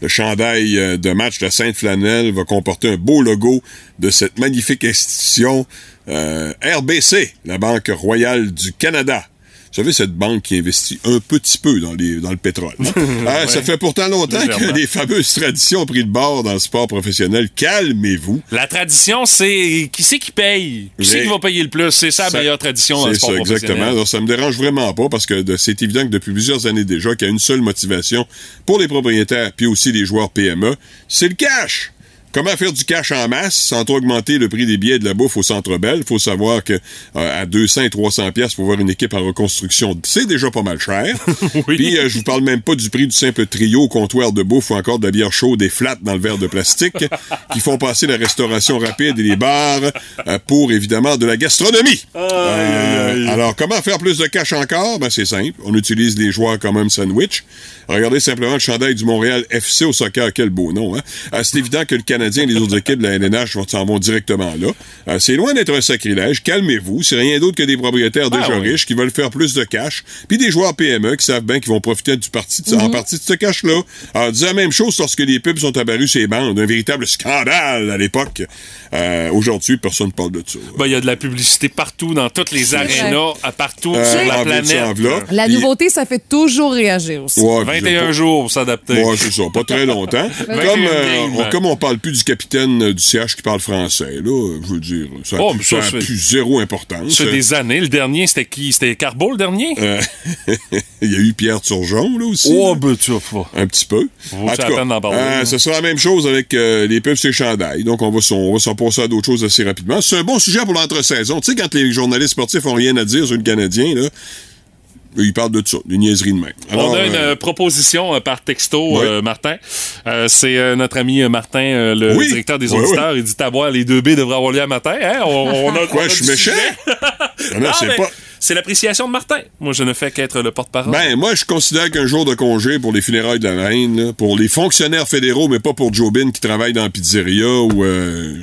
J: Le chandail euh, de match de Sainte-Flanelle va comporter un beau logo de cette magnifique institution euh, RBC, la Banque royale du Canada. Vous savez, cette banque qui investit un petit peu dans, les, dans le pétrole. hein? Ah, Ça fait pourtant longtemps que
B: Légèrement.
J: les fameuses traditions ont pris le bord dans le sport professionnel. Calmez-vous.
B: La tradition, c'est qui c'est qui paye? Qui c'est
J: Mais-
B: qui va payer le plus? C'est ça la
J: Ça-
B: meilleure tradition dans le
J: C'est
B: sport
J: ça, exactement.
B: professionnel.
J: Alors, ça me dérange vraiment pas parce que de- c'est évident que depuis plusieurs années déjà qu'il y a une seule motivation pour les propriétaires puis aussi les joueurs PME, c'est le cash. Comment faire du cash en masse sans trop augmenter le prix des billets de la bouffe au Centre Bell? Faut savoir que euh, à 200 et 300 pièces pour voir une équipe en reconstruction, c'est déjà pas mal cher.
B: Oui.
J: Puis euh, je vous parle même pas du prix du simple trio au comptoir de bouffe ou encore de la bière chaude et flat dans le verre de plastique qui font passer la restauration rapide et les bars euh, pour évidemment de la gastronomie. Euh, alors, comment faire plus de cash encore? Ben, c'est simple. On utilise les joueurs quand même sandwich. Regardez simplement le chandail du Montréal FC au soccer. Quel beau nom, hein? Euh, c'est évident que le Canadien et les autres équipes de la LNH vont s'en vont directement là. Euh, c'est loin d'être un sacrilège. Calmez-vous. C'est rien d'autre que des propriétaires déjà
B: oui.
J: riches qui veulent faire plus de cash. Puis des joueurs PME qui savent bien qu'ils vont profiter du parti de- en partie de ce cash-là. Alors, on disait la même chose lorsque les pubs sont apparus ces bandes. Un véritable scandale à l'époque. Euh, aujourd'hui, personne ne parle de ça.
B: Ben, il y a de la publicité partout, dans toutes les
A: vrai.
B: arénas, à partout
J: Euh,
B: sur la
J: en vite,
B: planète.
J: en v'là. Ah,
A: La
J: Puis-
A: nouveauté, ça fait toujours réagir aussi.
J: Ouais, puis j'ai
B: 21
J: pas-
B: jours pour s'adapter.
J: Ouais, c'est ça, pas très longtemps. comme, euh, on, comme on parle plus du capitaine euh, du CH qui parle français, là, je veux dire, ça a,
B: Oh,
J: plus-
B: mais ça,
J: ça a
B: c'est-
J: plus zéro importance. hein.
B: C'est des années. Le dernier, c'était qui? C'était Carbo, le dernier?
J: Euh, Il y a eu Pierre Turgeon, là aussi. là.
B: ben tu vas pas.
J: Un petit peu.
B: Vaut ça la peine d'en parler,
J: euh,
B: hein?
J: ce sera la même chose avec euh, les pubs et les chandails. Donc, on va s'en on va s'en passer à d'autres choses assez rapidement. C'est un bon sujet pour l'entre-saison. Tu sais, quand les journalistes sportifs ont rien à dire sur le Canadien, là, ils parlent de ça, des niaiseries de même.
B: On
J: Alors,
B: a une
J: euh,
B: euh, proposition euh, par texto,
J: Oui.
B: euh, Martin. Euh, c'est euh, notre ami euh, Martin, euh, le
J: Oui.
B: directeur des
J: Oui,
B: auditeurs. Il dit Tabois, les deux B devraient avoir lieu à matin. Hein? On, on a,
J: Quoi,
B: on a
J: je suis
B: du
J: méchant?
B: sujet.
J: non, non,
B: Ah,
J: c'est
B: mais
J: pas...
B: C'est l'appréciation de Martin. Moi, je ne fais qu'être le porte-parole.
J: Ben, moi, je considère qu'un jour de congé pour les funérailles de la reine, là, pour les fonctionnaires fédéraux, mais pas pour Jobin qui travaille dans la pizzeria ou euh,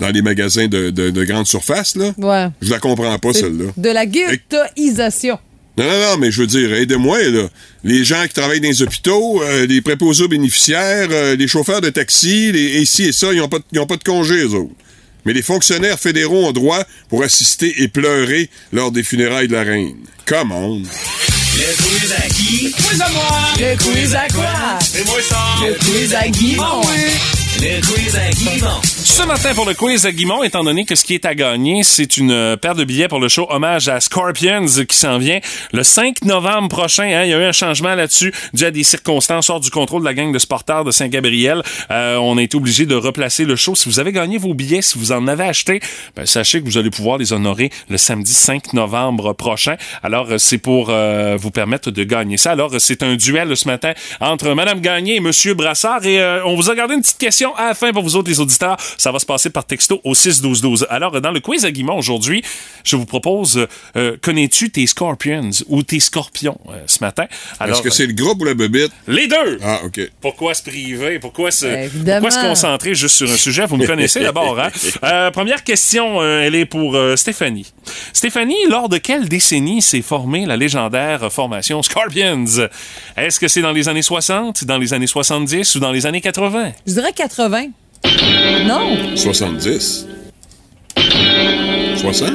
J: dans les magasins de, de, de grande surface, là.
A: Ouais.
J: Je la comprends pas, celle-là.
A: De la ghettoisation.
J: Non, non, non, mais je veux dire, aidez-moi, là. Les gens qui travaillent dans les hôpitaux, euh, les préposés aux bénéficiaires, euh, les chauffeurs de taxi, les et ci et ça, ils n'ont pas, de- ils ont pas de congé, eux autres. Mais les fonctionnaires fédéraux ont droit pour assister et pleurer lors des funérailles de la reine. Comment?
F: Le quiz à qui?
A: Le quiz à quoi? Le quiz à Guimond.
F: Le quiz à qui?
B: Ce matin, pour le quiz à Guimont, étant donné que ce qui est à gagner, c'est une euh, paire de billets pour le show Hommage à Scorpions euh, qui s'en vient le 5 novembre prochain. hein. Il y a eu un changement là-dessus dû à des circonstances hors du contrôle de la gang de sportards de Saint-Gabriel. Euh, on a été obligé de replacer le show. Si vous avez gagné vos billets, si vous en avez acheté, ben, sachez que vous allez pouvoir les honorer le samedi 5 novembre prochain. Alors, euh, c'est pour euh, vous permettre de gagner ça. Alors, euh, c'est un duel euh, ce matin entre Madame Gagné et Monsieur Brassard. Et euh, on vous a gardé une petite question à la fin pour vous autres, les auditeurs. Ça va se passer par texto au 6-12-12. Alors, euh, dans le quiz à Guimont aujourd'hui, je vous propose euh, connais-tu tes Scorpions ou tes Scorpions euh, ce matin? euh,
J: Est-ce que c'est le groupe ou la bébite?
B: Les deux!
J: Ah, OK.
B: Pourquoi se priver? Pourquoi se, pourquoi se concentrer juste sur un sujet? Vous me connaissez d'abord, hein? Euh, première question, euh, elle est pour euh, Stéphanie. Stéphanie, lors de quelle décennie s'est formée la légendaire formation Scorpions? Est-ce que c'est dans les années 60, dans les années 70 ou dans les années 80?
A: Je dirais 80. Non!
J: 70. 60?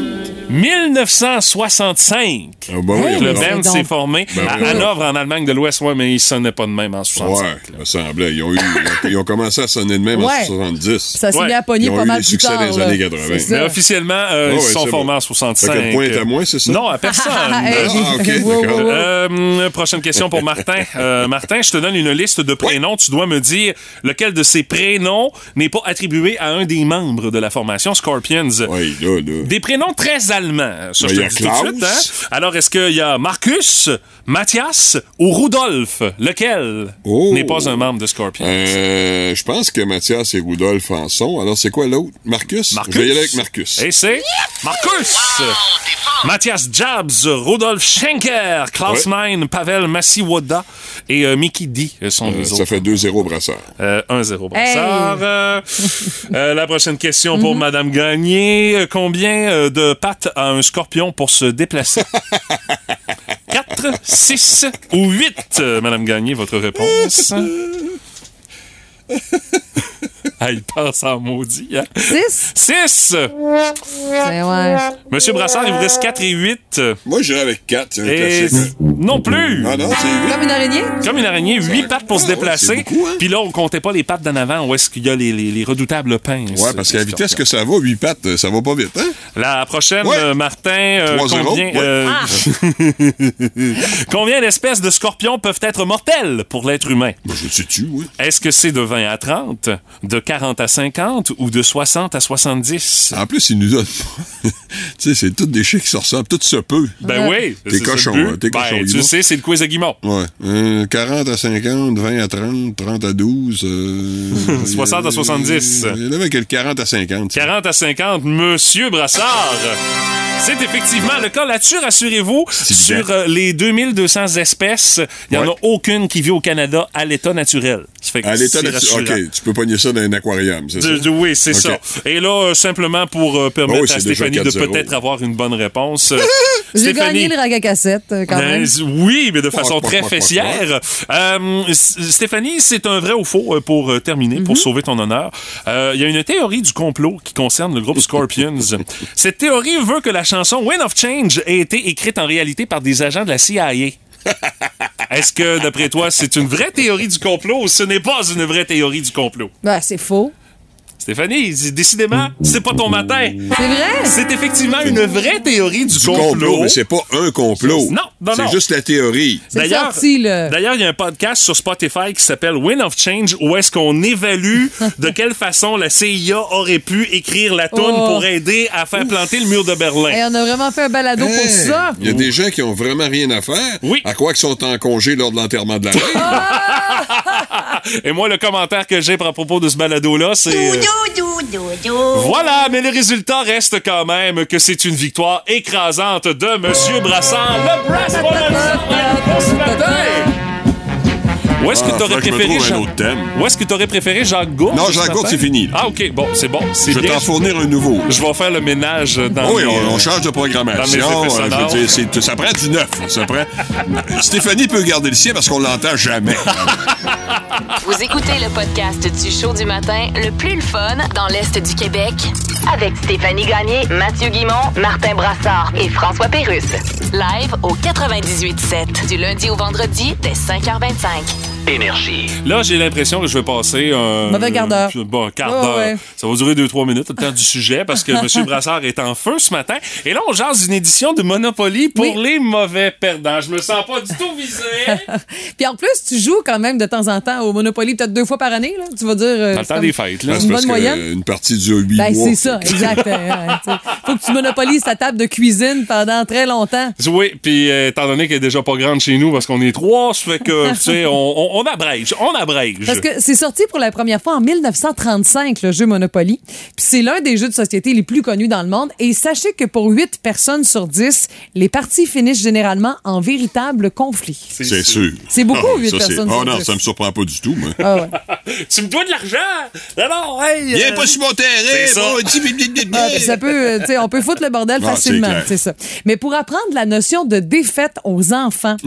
B: 1965.
J: Ah ben oui,
B: le
J: alors.
B: band s'est formé
J: Ben
B: à
J: oui.
B: Hanovre, en Allemagne de l'Ouest. Ouais, mais il sonnait pas de même en 65.
J: Ouais, ça me semblait. Ils ont, eu- ils ont- ils ont commencé à sonner de même
A: Ouais.
J: en 70.
A: Ça s'est
B: Ouais.
A: mis à pogner
J: Ils ont
A: pas
J: eu
A: mal
J: des
A: plus
J: succès
A: tard.
J: dans les
A: là.
J: années 80.
A: C'est ça.
B: Mais officiellement, euh,
J: Ah
B: ils
J: ouais,
B: se sont
J: c'est
B: formés
J: bon.
B: en 65.
J: Fait que le point est à moi, c'est ça?
B: Non, à personne.
A: Hey.
J: Ah, OK,
A: Wow, wow,
J: d'accord.
A: wow.
B: Euh, prochaine question pour Martin. Euh, Martin, je te donne une liste de prénoms. Tu dois me dire lequel de ces prénoms n'est pas attribué à un des membres de la formation Scorpions.
J: Oui, là, là.
B: Des prénoms très allemands, ça
J: Ben,
B: je te
J: y a
B: le dis tout de
J: Klaus.
B: suite. hein. Alors, est-ce qu'il y a Marcus, Mathias ou Rudolf? Lequel
J: Oh.
B: n'est pas un membre de Scorpions?
J: Euh, je pense que Mathias et Rudolf en sont. Alors, c'est quoi l'autre? Marcus?
B: Marcus.
J: Je vais y aller avec Marcus.
B: Et c'est Marcus! Mathias Jabs, Rudolf Schenker, Klaus
J: Ouais.
B: Mein, Pavel Massiwada et euh, Mickey D sont
J: Euh,
B: les
J: ça
B: autres.
J: fait 2-0 brasseur.
B: Euh, 1-0 brassard. Euh, euh, la prochaine question pour Madame Gagné. Euh, Combien euh, de pattes a un scorpion pour se déplacer? 4, 6 ou 8? Madame Gagné, votre réponse. ah, il pense en maudit. Hein?
A: Six?
B: 6!
A: Ben ouais.
B: Monsieur Brassard, il vous reste 4 et 8.
J: Moi, j'irai avec 4. C'est un
B: Et
J: classique.
B: non plus!
J: Ah non, c'est
A: Comme une araignée?
B: Comme une araignée, huit pattes pour se
J: Ah ouais,
B: déplacer.
J: c'est beaucoup, hein?
B: Puis là, on comptait pas les pattes d'en avant où est-ce qu'il y a les, les- les redoutables pinces.
J: 8. Ouais, parce qu'à la
B: des
J: vitesse que
B: scorpions.
J: ça va, 8 pattes, ça va pas vite, hein?
B: La prochaine,
J: Ouais.
B: euh, Martin, euh,
J: 3-0,
B: combien,
J: ouais.
B: euh, combien d'espèces de scorpions peuvent être mortelles pour l'être humain?
J: Moi, je sais tu, oui.
B: Est-ce que c'est de 20 à 30, de 40 à 50 ou de 60 à 70?
J: En plus, ils nous donnent. tu sais, c'est toutes des chiens qui se ressemblent. Tout se peut.
B: Ben oui,
J: T'es
B: c'est ça le
J: cochon,
B: but.
J: hein, t'es
B: Ben,
J: cochon, il
B: tu
J: va.
B: sais, c'est le quiz à Guimont.
J: Ouais. Euh, 40 à 50, 20 à 30, 30 à 12. euh,
B: 60 à 70.
J: Il y en avait que le 40 à 50.
B: 40 à 50, Monsieur Brassard. C'est effectivement le cas. Là-dessus, rassurez-vous,
J: évident.
B: sur euh, les 2200 espèces, il n'y en
J: Ouais.
B: a aucune qui vit au Canada à l'état naturel. Ça fait que
J: À l'état
B: c'est
J: naturel.
B: rassurant.
J: OK, tu peux pogner ça dans un aquarium, c'est ça?
B: De- de- oui, c'est
J: Ok.
B: ça. Et là, euh, simplement pour euh, permettre
J: Ah oui,
B: à
J: c'est déjà
B: Stéphanie de
J: 4-0.
B: peut-être avoir une bonne réponse. euh,
A: J'ai
B: Stéphanie,
A: gagné le raga cassette euh, quand
B: ben,
A: même.
B: z- oui, mais de
J: Pouac,
B: façon
J: pouac,
B: très
J: pouac, pouac,
B: fessière. Euh, S- Stéphanie, c'est un vrai ou faux euh, pour euh, terminer,
A: Mm-hmm.
B: pour sauver ton honneur. Euh, Il y a une théorie du complot qui concerne le groupe Scorpions. Cette théorie veut que la chanson Wind of Change ait été écrite en réalité par des agents de la CIA. Est-ce que, d'après toi, c'est une vraie théorie du complot ou ce n'est pas une vraie théorie du complot?
A: Ben, c'est faux.
B: Stéphanie, c'est- décidément, c'est pas ton matin.
A: C'est vrai?
B: C'est effectivement une vraie théorie du,
J: Du complot, mais c'est pas un complot.
B: Non, non, non.
J: C'est juste la théorie.
A: C'est sorti, là.
B: D'ailleurs, il y a un podcast sur Spotify qui s'appelle Win of Change où est-ce qu'on évalue de quelle façon la CIA aurait pu écrire la toune
A: Oh.
B: pour aider à faire planter le mur de Berlin.
A: Hey, on a vraiment fait un balado pour
J: Hey,
A: ça.
J: Hein? Il y a des gens qui ont vraiment rien à faire.
B: Oui. Ah,
J: À quoi qu'ils sont en congé lors de l'enterrement de la reine.
B: Et moi, le commentaire que j'ai à propos de ce balado-là, c'est... euh, Voilà, mais le résultat reste quand même que c'est une victoire écrasante de Monsieur Brassard, le Brass pour le sang, ce matin. Où est-ce que
J: Ah, faudrait
B: t'aurais
J: que je me
B: préféré...
J: trouve un
B: Jean-
J: autre thème.
B: Où est-ce que t'aurais préféré Jacques Gourde?
J: Non,
B: ce
J: Jacques Gourde,
B: matin?
J: c'est fini.
B: Ah, OK, bon, c'est bon, c'est
J: Je vais
B: bien.
J: t'en fournir un nouveau.
B: Je vais faire le ménage dans euh,
J: Oh oui,
B: mes-
J: on, on change de
B: dans mes effets
J: programmation. euh, je
B: sonores.
J: veux dire, c'est- ça prend du neuf. Ça prend... Stéphanie peut garder le sien parce qu'on l'entend jamais.
C: Vous écoutez le podcast du show du matin, le plus le fun dans l'Est du Québec, avec Stéphanie Gagné, Mathieu Guimont, Martin Brassard et François Pérusse. Live au 98.7, du lundi au vendredi, dès 5h25.
L: Énergie.
B: Là, j'ai l'impression que je vais passer un...
A: Mauvais quart d'heure.
B: Bon, quart
A: Ouais,
B: d'heure.
A: ouais.
B: Ça va durer deux, trois minutes, le temps du sujet, parce que M. Brassard est en feu ce matin. Et là, on jase une édition de Monopoly pour
A: Oui.
B: les mauvais perdants. Je me sens pas du tout visé.
A: Puis en plus, tu joues quand même de temps en temps au Monopoly, peut-être deux fois par année. Là. Tu vas dire. euh,
B: Dans le
A: c'est
B: temps
A: comme
B: des fêtes, là.
A: Une
J: C'est
A: bonne
J: parce que,
A: moyenne.
J: euh, une partie dure 8
A: Ben,
J: mois.
A: c'est ça, exact. euh, ouais, tu sais. faut que tu monopolises ta table de cuisine pendant très longtemps.
B: Oui, puis euh, étant donné qu'elle est déjà pas grande chez nous parce qu'on est trois, ça fait que, tu sais, on, on- on abrège, on abrège.
A: Parce que c'est sorti pour la première fois en 1935, le jeu Monopoly. Puis c'est l'un des jeux de société les plus connus dans le monde. Et sachez que pour 8 personnes sur 10, les parties finissent généralement en véritable conflit.
J: C'est sûr.
A: C'est beaucoup,
J: Ah,
A: 8
J: ça, c'est-
A: personnes
J: Oh
A: sur
J: non,
A: 10.
J: ça me surprend pas du tout, moi.
A: Ah ouais.
B: tu me dois de l'argent! Non, non, hey!
J: Viens
B: euh,
J: pas sur mon terrain!
B: c'est ça.
J: bon, dis- bi- bi- bi- bi-
A: Ah, puis ça peut, euh, tu sais, on peut foutre le bordel
J: ben, Ah, c'est
A: facilement,
J: clair.
A: c'est ça. Mais pour apprendre la notion de défaite aux enfants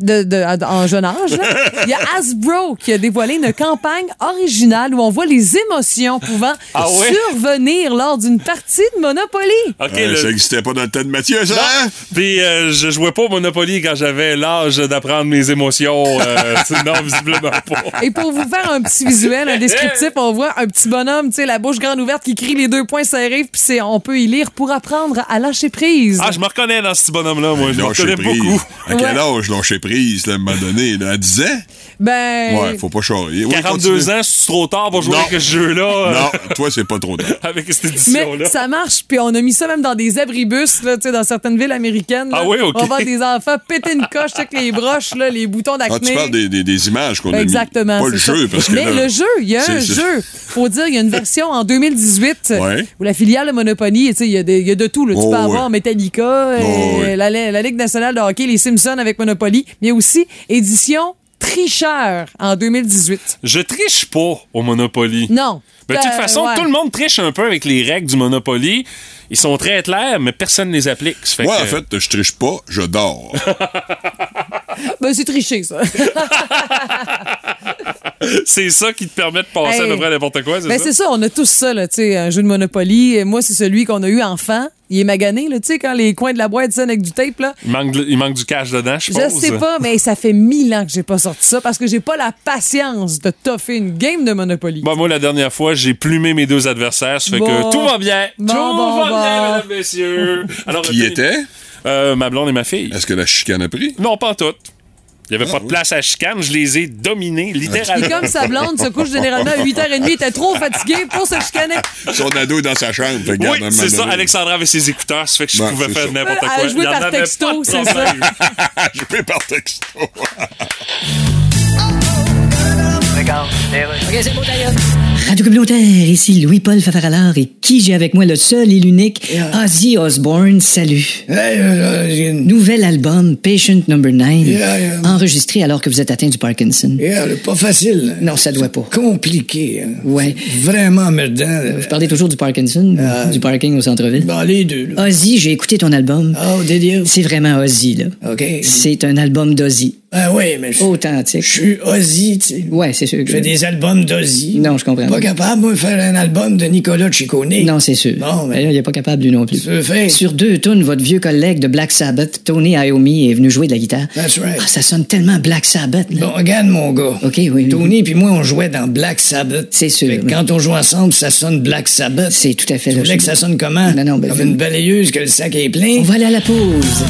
A: de, de- à- en jeune âge, là, il y a Hasbro qui a dévoilé une campagne originale où on voit les émotions pouvant
B: Ah ouais?
A: survenir lors d'une partie de Monopoly.
B: OK,
J: Euh,
B: le-
J: Ça n'existait pas dans le temps de Mathieu, ça? hein?
B: Non. Puis euh, je jouais pas au Monopoly quand j'avais l'âge d'apprendre mes émotions. euh, c'est- non, visiblement pas.
A: Et pour vous faire un petit visuel, un descriptif, on voit un petit bonhomme, tu sais, la bouche grande ouverte qui crie les deux points serrés, puis c'est- on peut y lire pour apprendre à lâcher prise.
B: Ah, je me reconnais dans ce petit bonhomme-là, moi. Je me
J: Lâcher
B: reconnais
J: prise.
B: beaucoup.
J: À quel âge lâcher prise, là, à un moment donné? Là, à 10 ans?
A: ben,
J: Ouais, faut pas charrier. Oui,
B: 42
J: continue.
B: ans, c'est trop tard pour jouer
J: Non.
B: avec ce jeu-là. euh,
J: Non, toi, c'est pas trop tard.
B: Avec cette
A: Mais
B: édition-là.
A: ça marche, puis on a mis ça même dans des abribus, là, tu sais, dans certaines villes américaines. là.
B: Ah oui, OK.
A: On voit des enfants péter une coche avec les broches, là, les boutons
J: Ah,
A: d'acné.
J: tu parles des, des, des images qu'on a
A: Exactement.
J: mis. Pas le
A: c'est ça.
J: jeu, parce que
A: Mais
J: là,
A: le jeu, il y a un
J: c'est- c'est-
A: jeu. Faut dire, il y a une version en 2018
J: Ouais.
A: où la filiale de Monopoly, tu sais, il y, a des- il y a de tout. là. Tu
J: Oh,
A: peux
J: ouais. Oh,
A: avoir Metallica, euh,
J: ouais.
A: la, la Ligue nationale de hockey, les Simpsons avec Monopoly, mais aussi édition tricheur en 2018.
B: Je triche pas au Monopoly.
A: Non.
B: Mais de toute
A: Euh,
B: façon,
A: ouais.
B: tout le monde triche un peu avec les règles du Monopoly. Ils sont très clairs, mais personne ne les applique. Ça fait
J: Moi,
B: que-
J: en fait, je triche pas, je dors.
A: Ben, c'est triché, ça.
B: c'est ça qui te permet de
J: Oh,
B: passer
A: Hey.
B: à peu près à n'importe quoi, c'est
A: Ben,
B: ça?
A: c'est ça, on a tous ça, là, tu sais, un jeu de Monopoly. Et Moi, c'est celui qu'on a eu enfant. Il est magané, là, tu sais, quand les coins de la boîte sonnent avec du tape, là.
B: Il manque, de- il manque du cash dedans,
A: Je
B: je suppose.
A: sais pas, mais ça fait mille ans que j'ai pas sorti ça parce que j'ai pas la patience de toffer une game de Monopoly.
B: Bon, Bah, moi, la dernière fois, j'ai plumé mes deux adversaires. Ça fait
A: Bon.
B: que tout va bien.
A: Bon,
B: tout
A: bon,
B: va bien,
A: bon.
B: mesdames, messieurs. Alors,
J: Qui
B: retenez-
J: était?
B: Euh, ma blonde et ma fille.
J: Est-ce que la chicane a pris?
B: Non, pas en tout. Il n'y avait
J: Ah,
B: pas de
J: oui.
B: place à chicane. Je les ai dominés,
A: Et
B: littéralement.
A: comme sa blonde se couche généralement à 8h30, elle était trop fatiguée pour se chicaner.
J: Son ado est dans sa chambre. fait que
B: Oui,
J: garde un
B: c'est
J: moment
B: ça.
J: donné.
B: Alexandra avait ses écouteurs, ça fait que je
L: Bah,
J: Bon,
B: pouvais
J: c'est
B: faire
J: ça.
B: n'importe
A: Elle
B: quoi.
A: a joué
B: Il y en
A: par
B: avait
A: texto,
B: pas de
A: c'est
B: problème.
J: Je vais par texto.
K: Radio communautaire, ici Louis-Paul Fafaralard et qui j'ai avec moi le seul et l'unique Ozzy Osbourne, salut.
E: Ben, euh,
K: Nouvel album Patient Number 9,
E: Yeah, yeah.
K: enregistré alors que vous êtes atteint du Parkinson.
E: pas facile.
K: Non, ça doit pas.
E: Compliqué. hein.
K: Ouais.
E: Vraiment emmerdant.
K: Vous parlez toujours du Parkinson,
E: Euh,
K: du parking au centre-ville.
E: Bon, les deux. là.
K: Ozzy, j'ai écouté ton album.
E: Oh, did you?
K: C'est vraiment Ozzy, là.
E: OK.
K: C'est un album d'Ozzy.
E: Ah oui, mais je je
K: Authentique.
E: suis Ozzy, tu sais.
K: Ouais, c'est sûr. que-
E: Je fais des albums d'Ozzy.
K: Non, je comprends.
E: Pas capable, moi, de faire un album de Nicolas Ciccone.
K: Non, c'est sûr.
E: Bon, mais-
K: Mais là, il n'est pas capable, lui non plus.
E: veux faire?
K: Sur deux tunes, votre vieux collègue de Black Sabbath, Tony Iommi, est venu jouer de la guitare.
E: That's right.
K: Ah, ça sonne tellement Black Sabbath. là.
E: Bon, regarde, mon gars.
K: OK, oui, oui.
E: Tony puis moi, on jouait dans Black Sabbath.
K: C'est sûr,
E: Fait que
K: oui.
E: Quand on joue ensemble, ça sonne Black Sabbath.
K: C'est tout à fait
E: Tu voulais
K: logique.
E: que ça sonne comment?
K: Non, non, ben,
E: Comme
K: je-
E: une balayeuse que le sac est plein?
K: On va aller à la pause.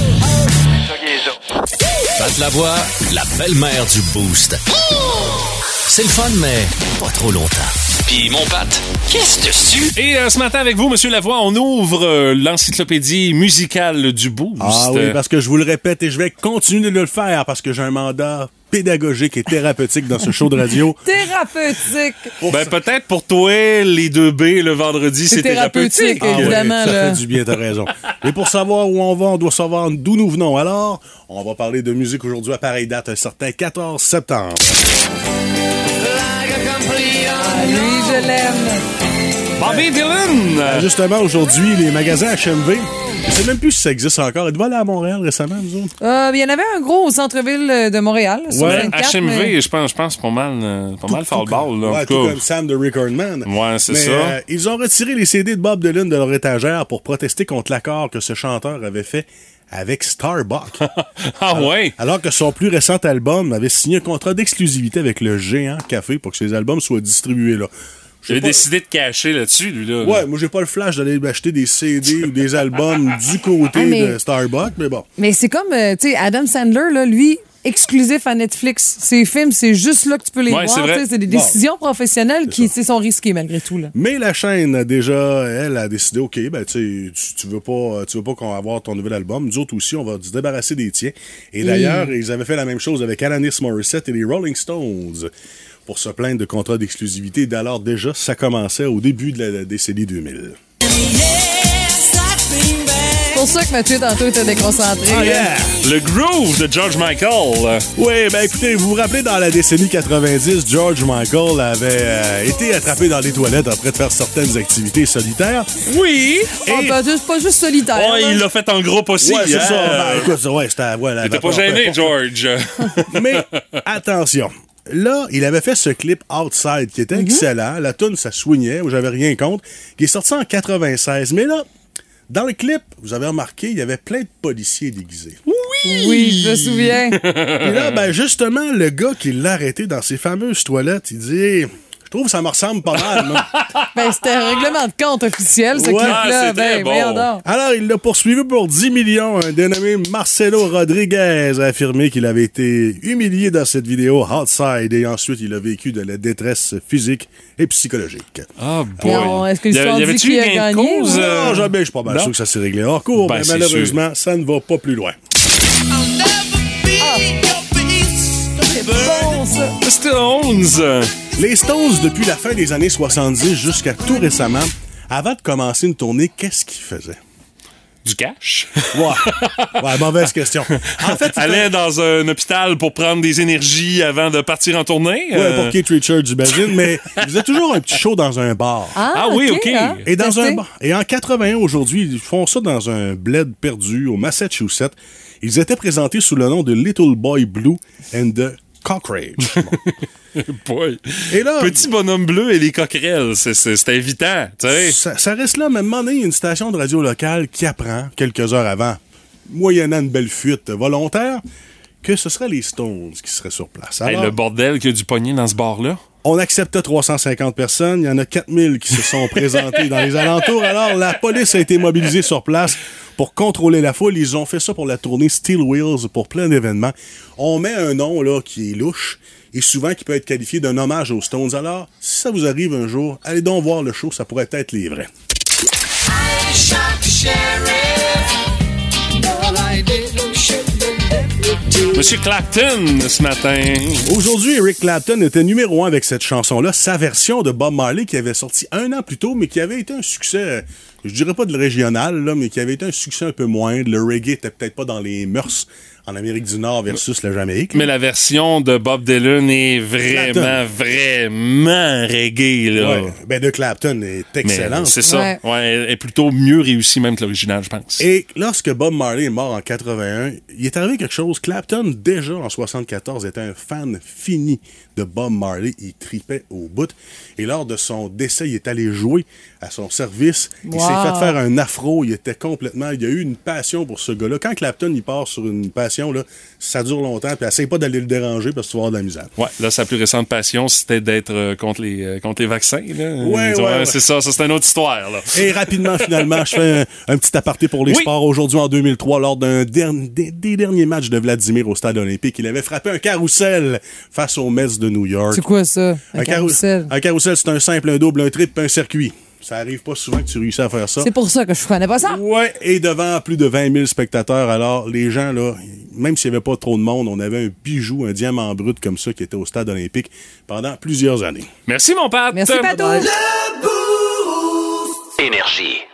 F: Pat Lavoie, la belle-mère du Boost. C'est le fun, mais pas trop longtemps. Puis mon Pat, qu'est-ce dessus?
B: Et euh, ce matin, avec vous, Monsieur Lavoie, on ouvre euh, l'encyclopédie musicale du Boost.
L: Ah oui, parce que je vous le répète et je vais continuer de le faire parce que j'ai un mandat pédagogique et thérapeutique dans ce show de radio.
A: Thérapeutique.
B: Ben, peut-être pour toi, les deux B le vendredi,
A: C'est
B: c'est thérapeutique.
A: thérapeutique, évidemment,
L: ça
A: là.
L: fait du bien, t'as raison. Mais pour savoir où on va, on doit savoir d'où nous venons. Alors, on va parler de musique aujourd'hui à pareille date, un certain 14 septembre.
A: Lui, je l'aime.
B: Ah Bobby Dylan!
L: Euh, Justement, aujourd'hui, les magasins HMV, je sais même plus si ça existe encore. Êtes-vous allé à Montréal récemment, nous autres?
A: Euh, Il y en avait un gros au centre-ville euh, de Montréal. sur
B: Ben,
L: Ouais,
A: Sainte-Carte,
B: HMV,
A: mais-
B: je pense, je pense pas mal, euh, pas mal fall
L: Tout comme-
B: ball, là,
L: ouais,
B: en
L: tout
B: tout cas.
L: comme Sam de Rick Hardman.
B: Ouais, c'est
L: Mais,
B: ça.
L: euh, ils ont retiré les CD de Bob Dylan de leur étagère pour protester contre l'accord que ce chanteur avait fait avec Starbucks.
B: Ah ouais?
L: Alors que son plus récent album avait signé un contrat d'exclusivité avec le géant café pour que ses albums soient distribués là. J'ai
B: J'ai
L: pas-
B: décidé de cacher là-dessus, lui, là.
L: Ouais, moi j'ai pas le flash d'aller acheter des CD ou des albums du côté
A: Ah, mais-
L: de Starbucks, mais bon.
A: Mais c'est comme, euh, tu sais, Adam Sandler, là, lui, exclusif à Netflix. Ces films, c'est juste là que tu peux les
L: Ouais, c'est
A: voir.
L: vrai.
A: tu sais, C'est des
L: Bon.
A: décisions professionnelles qui tu sais, sont risquées malgré tout. Là.
L: Mais la chaîne, a déjà, elle a décidé, OK, ben, tu, sais, tu, tu veux pas, tu veux pas qu'on va avoir ton nouvel album. Nous autres aussi, on va se débarrasser des tiens. Et d'ailleurs, ils avaient fait la même chose avec Alanis Morissette et les Rolling Stones pour se plaindre de contrats d'exclusivité. D'alors, déjà, ça commençait au début de la, la décennie 2000.
A: C'est pour ça que Mathieu, tantôt, était déconcentré.
L: Ah,
A: là.
L: yeah!
B: Le groove de George Michael.
L: Oui, ben écoutez, vous vous rappelez, dans la décennie 90, George Michael avait euh, été attrapé dans les toilettes après de faire certaines activités solitaires.
A: Oui. Ah, ben, c'est pas juste solitaire.
B: Ouais,
A: là.
B: il l'a fait en groupe aussi.
L: Ouais, c'est
B: hein.
L: ça. Ben, écoute, ouais, c'était... Ouais, la
B: Il était pas
L: vapeur, peu
B: gêné,
L: importe.
B: George.
L: Mais attention. Là, il avait fait ce clip Outside qui était excellent. La tune, ça soignait, j'avais rien contre, qui est sorti en 96. Mais là, dans le clip, vous avez remarqué, il y avait plein de policiers déguisés.
A: Oui, je me souviens.
L: Et là, ben justement, le gars qui l'a arrêté dans ces fameuses toilettes, il dit Hey, Je trouve que ça me ressemble pas mal. moi.
A: Ben, c'était un règlement de compte officiel, ce
L: Ouais.
A: clip-là.
L: Ah, c'est
A: ben,
L: très bon.
A: voyons donc.
L: Alors, il l'a poursuivi pour 10 millions. Un dénommé Marcelo Rodriguez a affirmé qu'il avait été humilié dans cette vidéo Outside et ensuite il a vécu de la détresse physique et psychologique.
B: Ah,
A: boy. Non, est-ce qu'ils se
B: Y a-
A: sont
B: y
A: dit
B: avait-tu
A: qui a
B: gain de
A: gagné,
B: cause,
A: ou-
B: euh,
L: Non, jamais, Ah, oh, ben, je suis pas mal
B: non?
L: sûr que ça s'est réglé hors cours,
B: Ben,
L: mais
B: c'est
L: malheureusement, ça ne va pas plus loin.
A: C'est bon, ça.
B: Stones.
L: Les Stones, depuis la fin des années 70 jusqu'à tout récemment, avant de commencer une tournée, qu'est-ce qu'ils faisaient?
B: Du cash.
L: Ouais, ouais mauvaise question. En fait, c'est
B: Allait dans un hôpital pour prendre des énergies avant de partir en tournée.
L: Ouais,
B: euh.
L: pour Keith Richards, j'imagine, mais vous êtes toujours un petit show dans un bar.
B: Ah oui, OK.
A: hein.
L: Et, dans
A: Testé.
L: un bar- et en 81, aujourd'hui, ils font ça dans un bled perdu au Massachusetts. Ils étaient présentés sous le nom de Little Boy Blue and the Cockroach.
B: Boy.
L: Et là,
B: Petit bonhomme bleu et les coquerelles, c'est- c'est c'est invitant, tu sais.
L: ça, ça reste là, mais à un moment donné, il y a une station de radio locale qui apprend, quelques heures avant, moyennant une belle fuite volontaire, que ce seraient les Stones qui seraient sur place.
B: Hey,
L: Alors,
B: le bordel qu'il y a du poignet dans ce bar-là.
L: On acceptait 350 personnes. Il y en a 4000 qui se sont présentées dans les alentours. Alors, la police a été mobilisée sur place pour contrôler la foule. Ils ont fait ça pour la tournée Steel Wheels pour plein d'événements. On met un nom, là, qui est louche et souvent qui peut être qualifié d'un hommage aux Stones. Alors, si ça vous arrive un jour, allez donc voir le show. Ça pourrait être les vrais.
B: Monsieur Clapton, ce matin.
L: Aujourd'hui, Eric Clapton était numéro un avec cette chanson-là, sa version de Bob Marley qui avait sorti un an plus tôt, mais qui avait été un succès, euh, je dirais pas de régional, là, mais qui avait été un succès un peu moindre. Le reggae était peut-être pas dans les mœurs en Amérique du Nord versus la Jamaïque.
B: Mais la version de Bob Dylan est vraiment, vraiment reggae, là.
L: Ouais. Ben, de Clapton est
B: Mais
L: excellent.
B: C'est ça.
A: Ouais.
B: Ouais. elle est plutôt mieux réussie même que l'original, je pense.
L: Et lorsque Bob Marley est mort en 81, il est arrivé quelque chose. Clapton, déjà en 74, était un fan fini de Bob Marley. Il tripait au bout. Et lors de son décès, il est allé jouer à son service. Il
A: Wow.
L: s'est fait faire un afro. Il était complètement... Il a eu une passion pour ce gars-là. Quand Clapton, il part sur une passion, là, ça dure longtemps. Puis essaye pas d'aller le déranger parce que tu vas avoir de la misère.
B: Ouais, là, sa plus récente passion, c'était d'être euh, contre, les, euh, contre les vaccins. Là.
L: Ouais,
B: Euh,
L: ouais, ouais.
B: C'est ça, ça c'est une autre histoire. Là.
L: Et rapidement, finalement, je fais un, un petit aparté pour les
B: Oui.
L: sports. Aujourd'hui, en 2003, lors d'un dern- des, des derniers matchs de Vladimir au stade olympique, il avait frappé un carrousel face aux Mets de New York.
A: C'est quoi ça? Un
L: carrou-
A: carrousel.
L: Un carrousel, c'est un simple, un double, un triple, un circuit. Ça arrive pas souvent que tu réussis à faire ça.
A: C'est pour ça que je connais pas ça.
L: Ouais, et devant plus de 20 000 spectateurs, alors les gens, là, même s'il n'y avait pas trop de monde, on avait un bijou, un diamant brut comme ça qui était au stade olympique pendant plusieurs années.
B: Merci, mon Pat.
A: Merci, Patou.
M: Énergie.